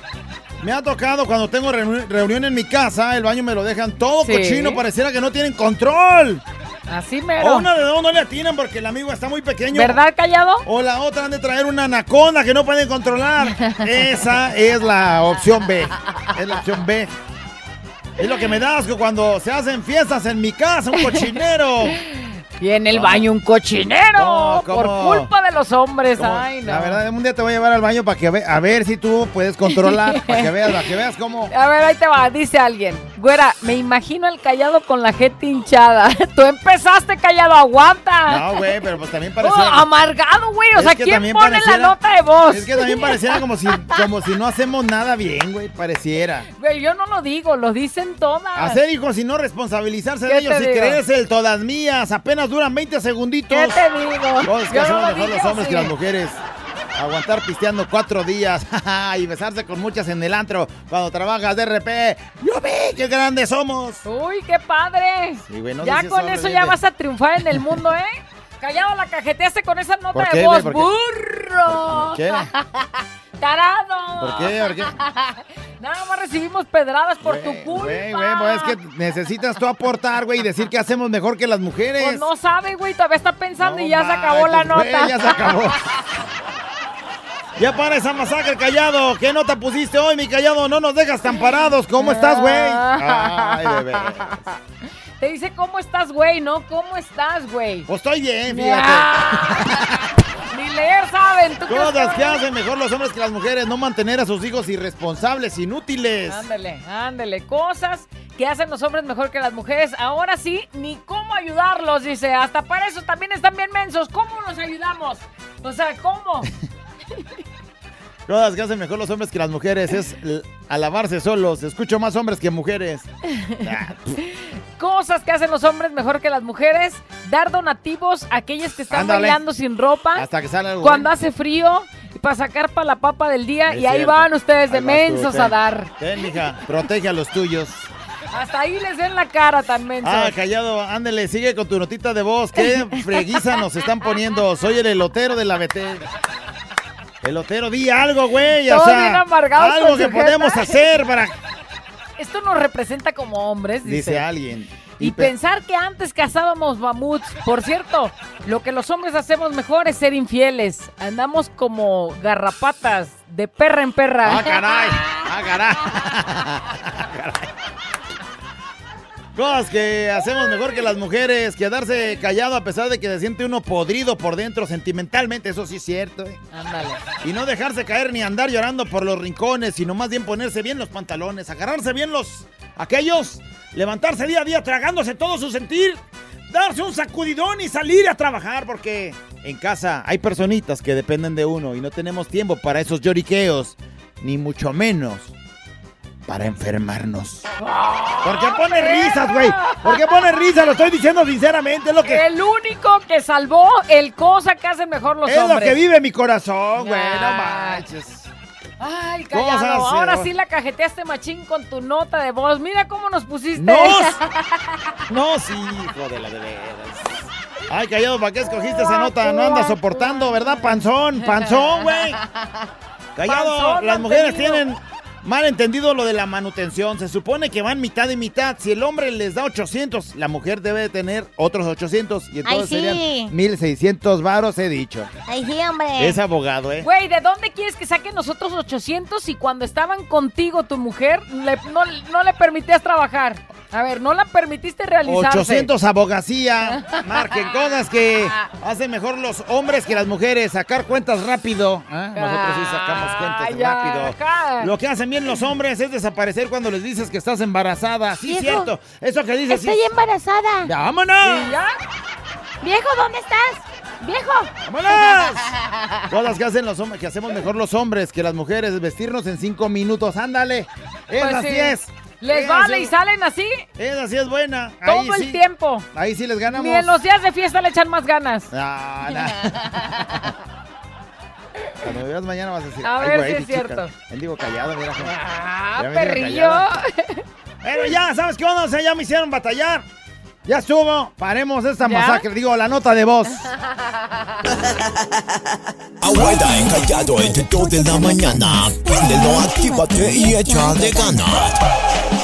me ha tocado cuando tengo reuni- reunión en mi casa, el baño me lo dejan todo
Sí.
cochino, pareciera que no tienen control.
Así
O
mero.
una de dos no le atinan porque el amigo está muy pequeño.
¿Verdad, callado?
O la otra han de traer una anaconda que no pueden controlar. Esa es la opción B. Es la opción B. Es lo que me da asco cuando se hacen fiestas en mi casa, un cochinero.
Y en el baño un cochinero.
Ah. No, ¿cómo?
por culpa de los hombres.
¿Cómo?
Pues, Ay, no.
La verdad, un día te voy a llevar al baño para que ve- a ver si tú puedes controlar, para que veas, para que veas cómo.
A ver, ahí te va, dice alguien. Güera, me imagino al callado con la gente hinchada. Tú empezaste callado, aguanta.
No, güey, pero pues también
Ah. Oh,
parecía.
amargado, güey. O
Es
sea,
que
¿quién
también
pone la
pareciera-
nota de voz?
Es que también pareciera como si, como si no hacemos nada bien, güey, pareciera.
Güey, yo no lo digo, lo dicen todas.
Hacer hijos y no responsabilizarse
¿Qué
de ellos
te
y
digo?
creerse el todas mías. Apenas duran 20 segunditos.
¿Qué te digo?
Cosas que
Yo no
hacemos
lo
mejor
dije,
los hombres
sí.
que las mujeres. Aguantar pisteando cuatro días y besarse con muchas en el antro cuando trabajas de RP. ¡Yo vi qué grandes somos!
Uy, qué padre.
Sí, güey, no
ya
dices
con
hombre,
eso ya
vete.
vas a triunfar en el mundo, ¿eh? Callado la cajeteaste con esa
¿Por
nota
qué,
de
güey?
voz,
¿Por qué?
burro.
¿Qué?
Tarado.
¿Por qué? ¿Por qué?
Nada más recibimos pedradas por tu culpa.
Güey, güey, pues es que necesitas tú aportar, güey, y decir que hacemos mejor que las mujeres.
Pues no sabe, güey, todavía está pensando y ya se
manches,
acabó la
güey,
nota.
ya se acabó. Ya para esa masacre, callado. ¿Qué nota pusiste hoy, mi callado? No nos dejas tan parados. ¿Cómo estás, güey?
Ah.
Ay, bebé.
Te dice cómo estás, güey, ¿no? ¿Cómo estás, güey?
Pues estoy bien, fíjate.
Ah, Ni leer saben, tú crees
Cosas
que
que
van a-
hacen mejor los hombres que las mujeres. No mantener a sus hijos irresponsables, inútiles.
Ándale, ándale. Cosas que hacen los hombres mejor que las mujeres. Ahora sí, ni cómo ayudarlos, dice. Hasta para eso también están bien mensos. ¿Cómo los ayudamos? O sea, ¿cómo?
Cosas que hacen mejor los hombres que las mujeres es l- alabarse solos. Escucho más hombres que mujeres. Ah,
Cosas que hacen los hombres mejor que las mujeres. Dar donativos a aquellas que están
Ándale.
bailando sin ropa.
Hasta que sale algo.
Ah, Cuando
bueno.
hace frío. Y para sacar para la papa del día.
Es
y ahí
cierto.
van ustedes de
Ahí vas tú,
mensos
ten.
a dar.
Ten, mija, protege a los tuyos.
Hasta ahí les ven la cara tan mensos.
Ah, callado, ándale, sigue con tu notita de voz. ¿Qué freguiza nos están poniendo? Soy el elotero de la BT. Elotero, di algo, güey. O
Todos
sea,
bien amargados
algo
con
que
su jeta.
podemos hacer para.
Esto nos representa como hombres, dice.
Dice alguien.
Y
pe-
pensar que antes cazábamos mamuts. Por cierto, lo que los hombres hacemos mejor es ser infieles. Andamos como garrapatas, de perra en perra.
¡Ah, caray! ¡Ah, caray! Cosas que hacemos mejor que las mujeres, quedarse callado a pesar de que se siente uno podrido por dentro sentimentalmente, eso sí es cierto. ¿eh?
Ándale.
Y no dejarse caer ni andar llorando por los rincones, sino más bien ponerse bien los pantalones, agarrarse bien los aquellos, levantarse día a día tragándose todo su sentir, darse un sacudidón y salir a trabajar porque en casa hay personitas que dependen de uno y no tenemos tiempo para esos lloriqueos, ni mucho menos para enfermarnos. ¿Por qué pone risas, güey? ¿Por qué pone risas? Lo estoy diciendo sinceramente, es lo que
El único que salvó el cosa que hacen mejor los
es lo
hombres.
que vive mi corazón, güey, no
Nah.
manches.
Ay, callado.
Cosas, eh,
Ahora
no.
sí la cajeteaste machín con tu nota de voz. Mira cómo nos pusiste.
Nos. No, sí, hijo de la de veras. Ay, callado, ¿para qué escogiste esa nota? No andas soportando, ¿verdad, panzón? Panzón, güey. Callado,
Panzón
las mujeres
mantenido.
tienen mal entendido lo de la manutención. Se supone que van mitad y mitad. Si el hombre les da 800, la mujer debe de tener otros 800. Y entonces
sí.
serían 1600 varos, he dicho.
Ay, sí, hombre.
Es abogado, ¿eh?
Güey, ¿de dónde quieres que saquen nosotros 800 si cuando estaban contigo tu mujer le- no, no le permitías trabajar? A ver, no la permitiste realizarse.
800 abogacía. Marquen cosas que hacen mejor los hombres que las mujeres. Sacar cuentas rápido. ¿eh? Nosotros sí sacamos cuentas rápido. Lo que hacen bien los hombres es desaparecer cuando les dices que estás embarazada. Sí,
Viejo,
cierto. Eso que dices. sí.
Estoy
em-
embarazada.
Ya, vámonos.
Viejo, ¿dónde estás? Viejo.
¡Vámonos! Cosas que hacen los hombres, que hacemos mejor los hombres que las mujeres. Vestirnos en cinco minutos. Ándale. Es
Pues
así
sí.
es.
Les
Es
vale
así.
y salen así.
Es así es buena.
Todo
Ahí
el
sí.
tiempo.
Ahí sí les ganamos.
Ni en los días de fiesta le echan más ganas.
Ah, nah. Cuando me veas mañana vas a decir.
A
"Ay,
ver
güey,
si es
pinche
cierto".
ca- Él digo callado, mira.
Ah,
Ya me dijo
perrillo.
callado. Pero ya, ¿sabes qué onda? O sea, ya me hicieron batallar. Ya estuvo. Paremos esta
¿Ya?
masacre. Digo, la nota de voz.
Abuela encallado el de de la mañana. Préndelo, actívate y échale ganas.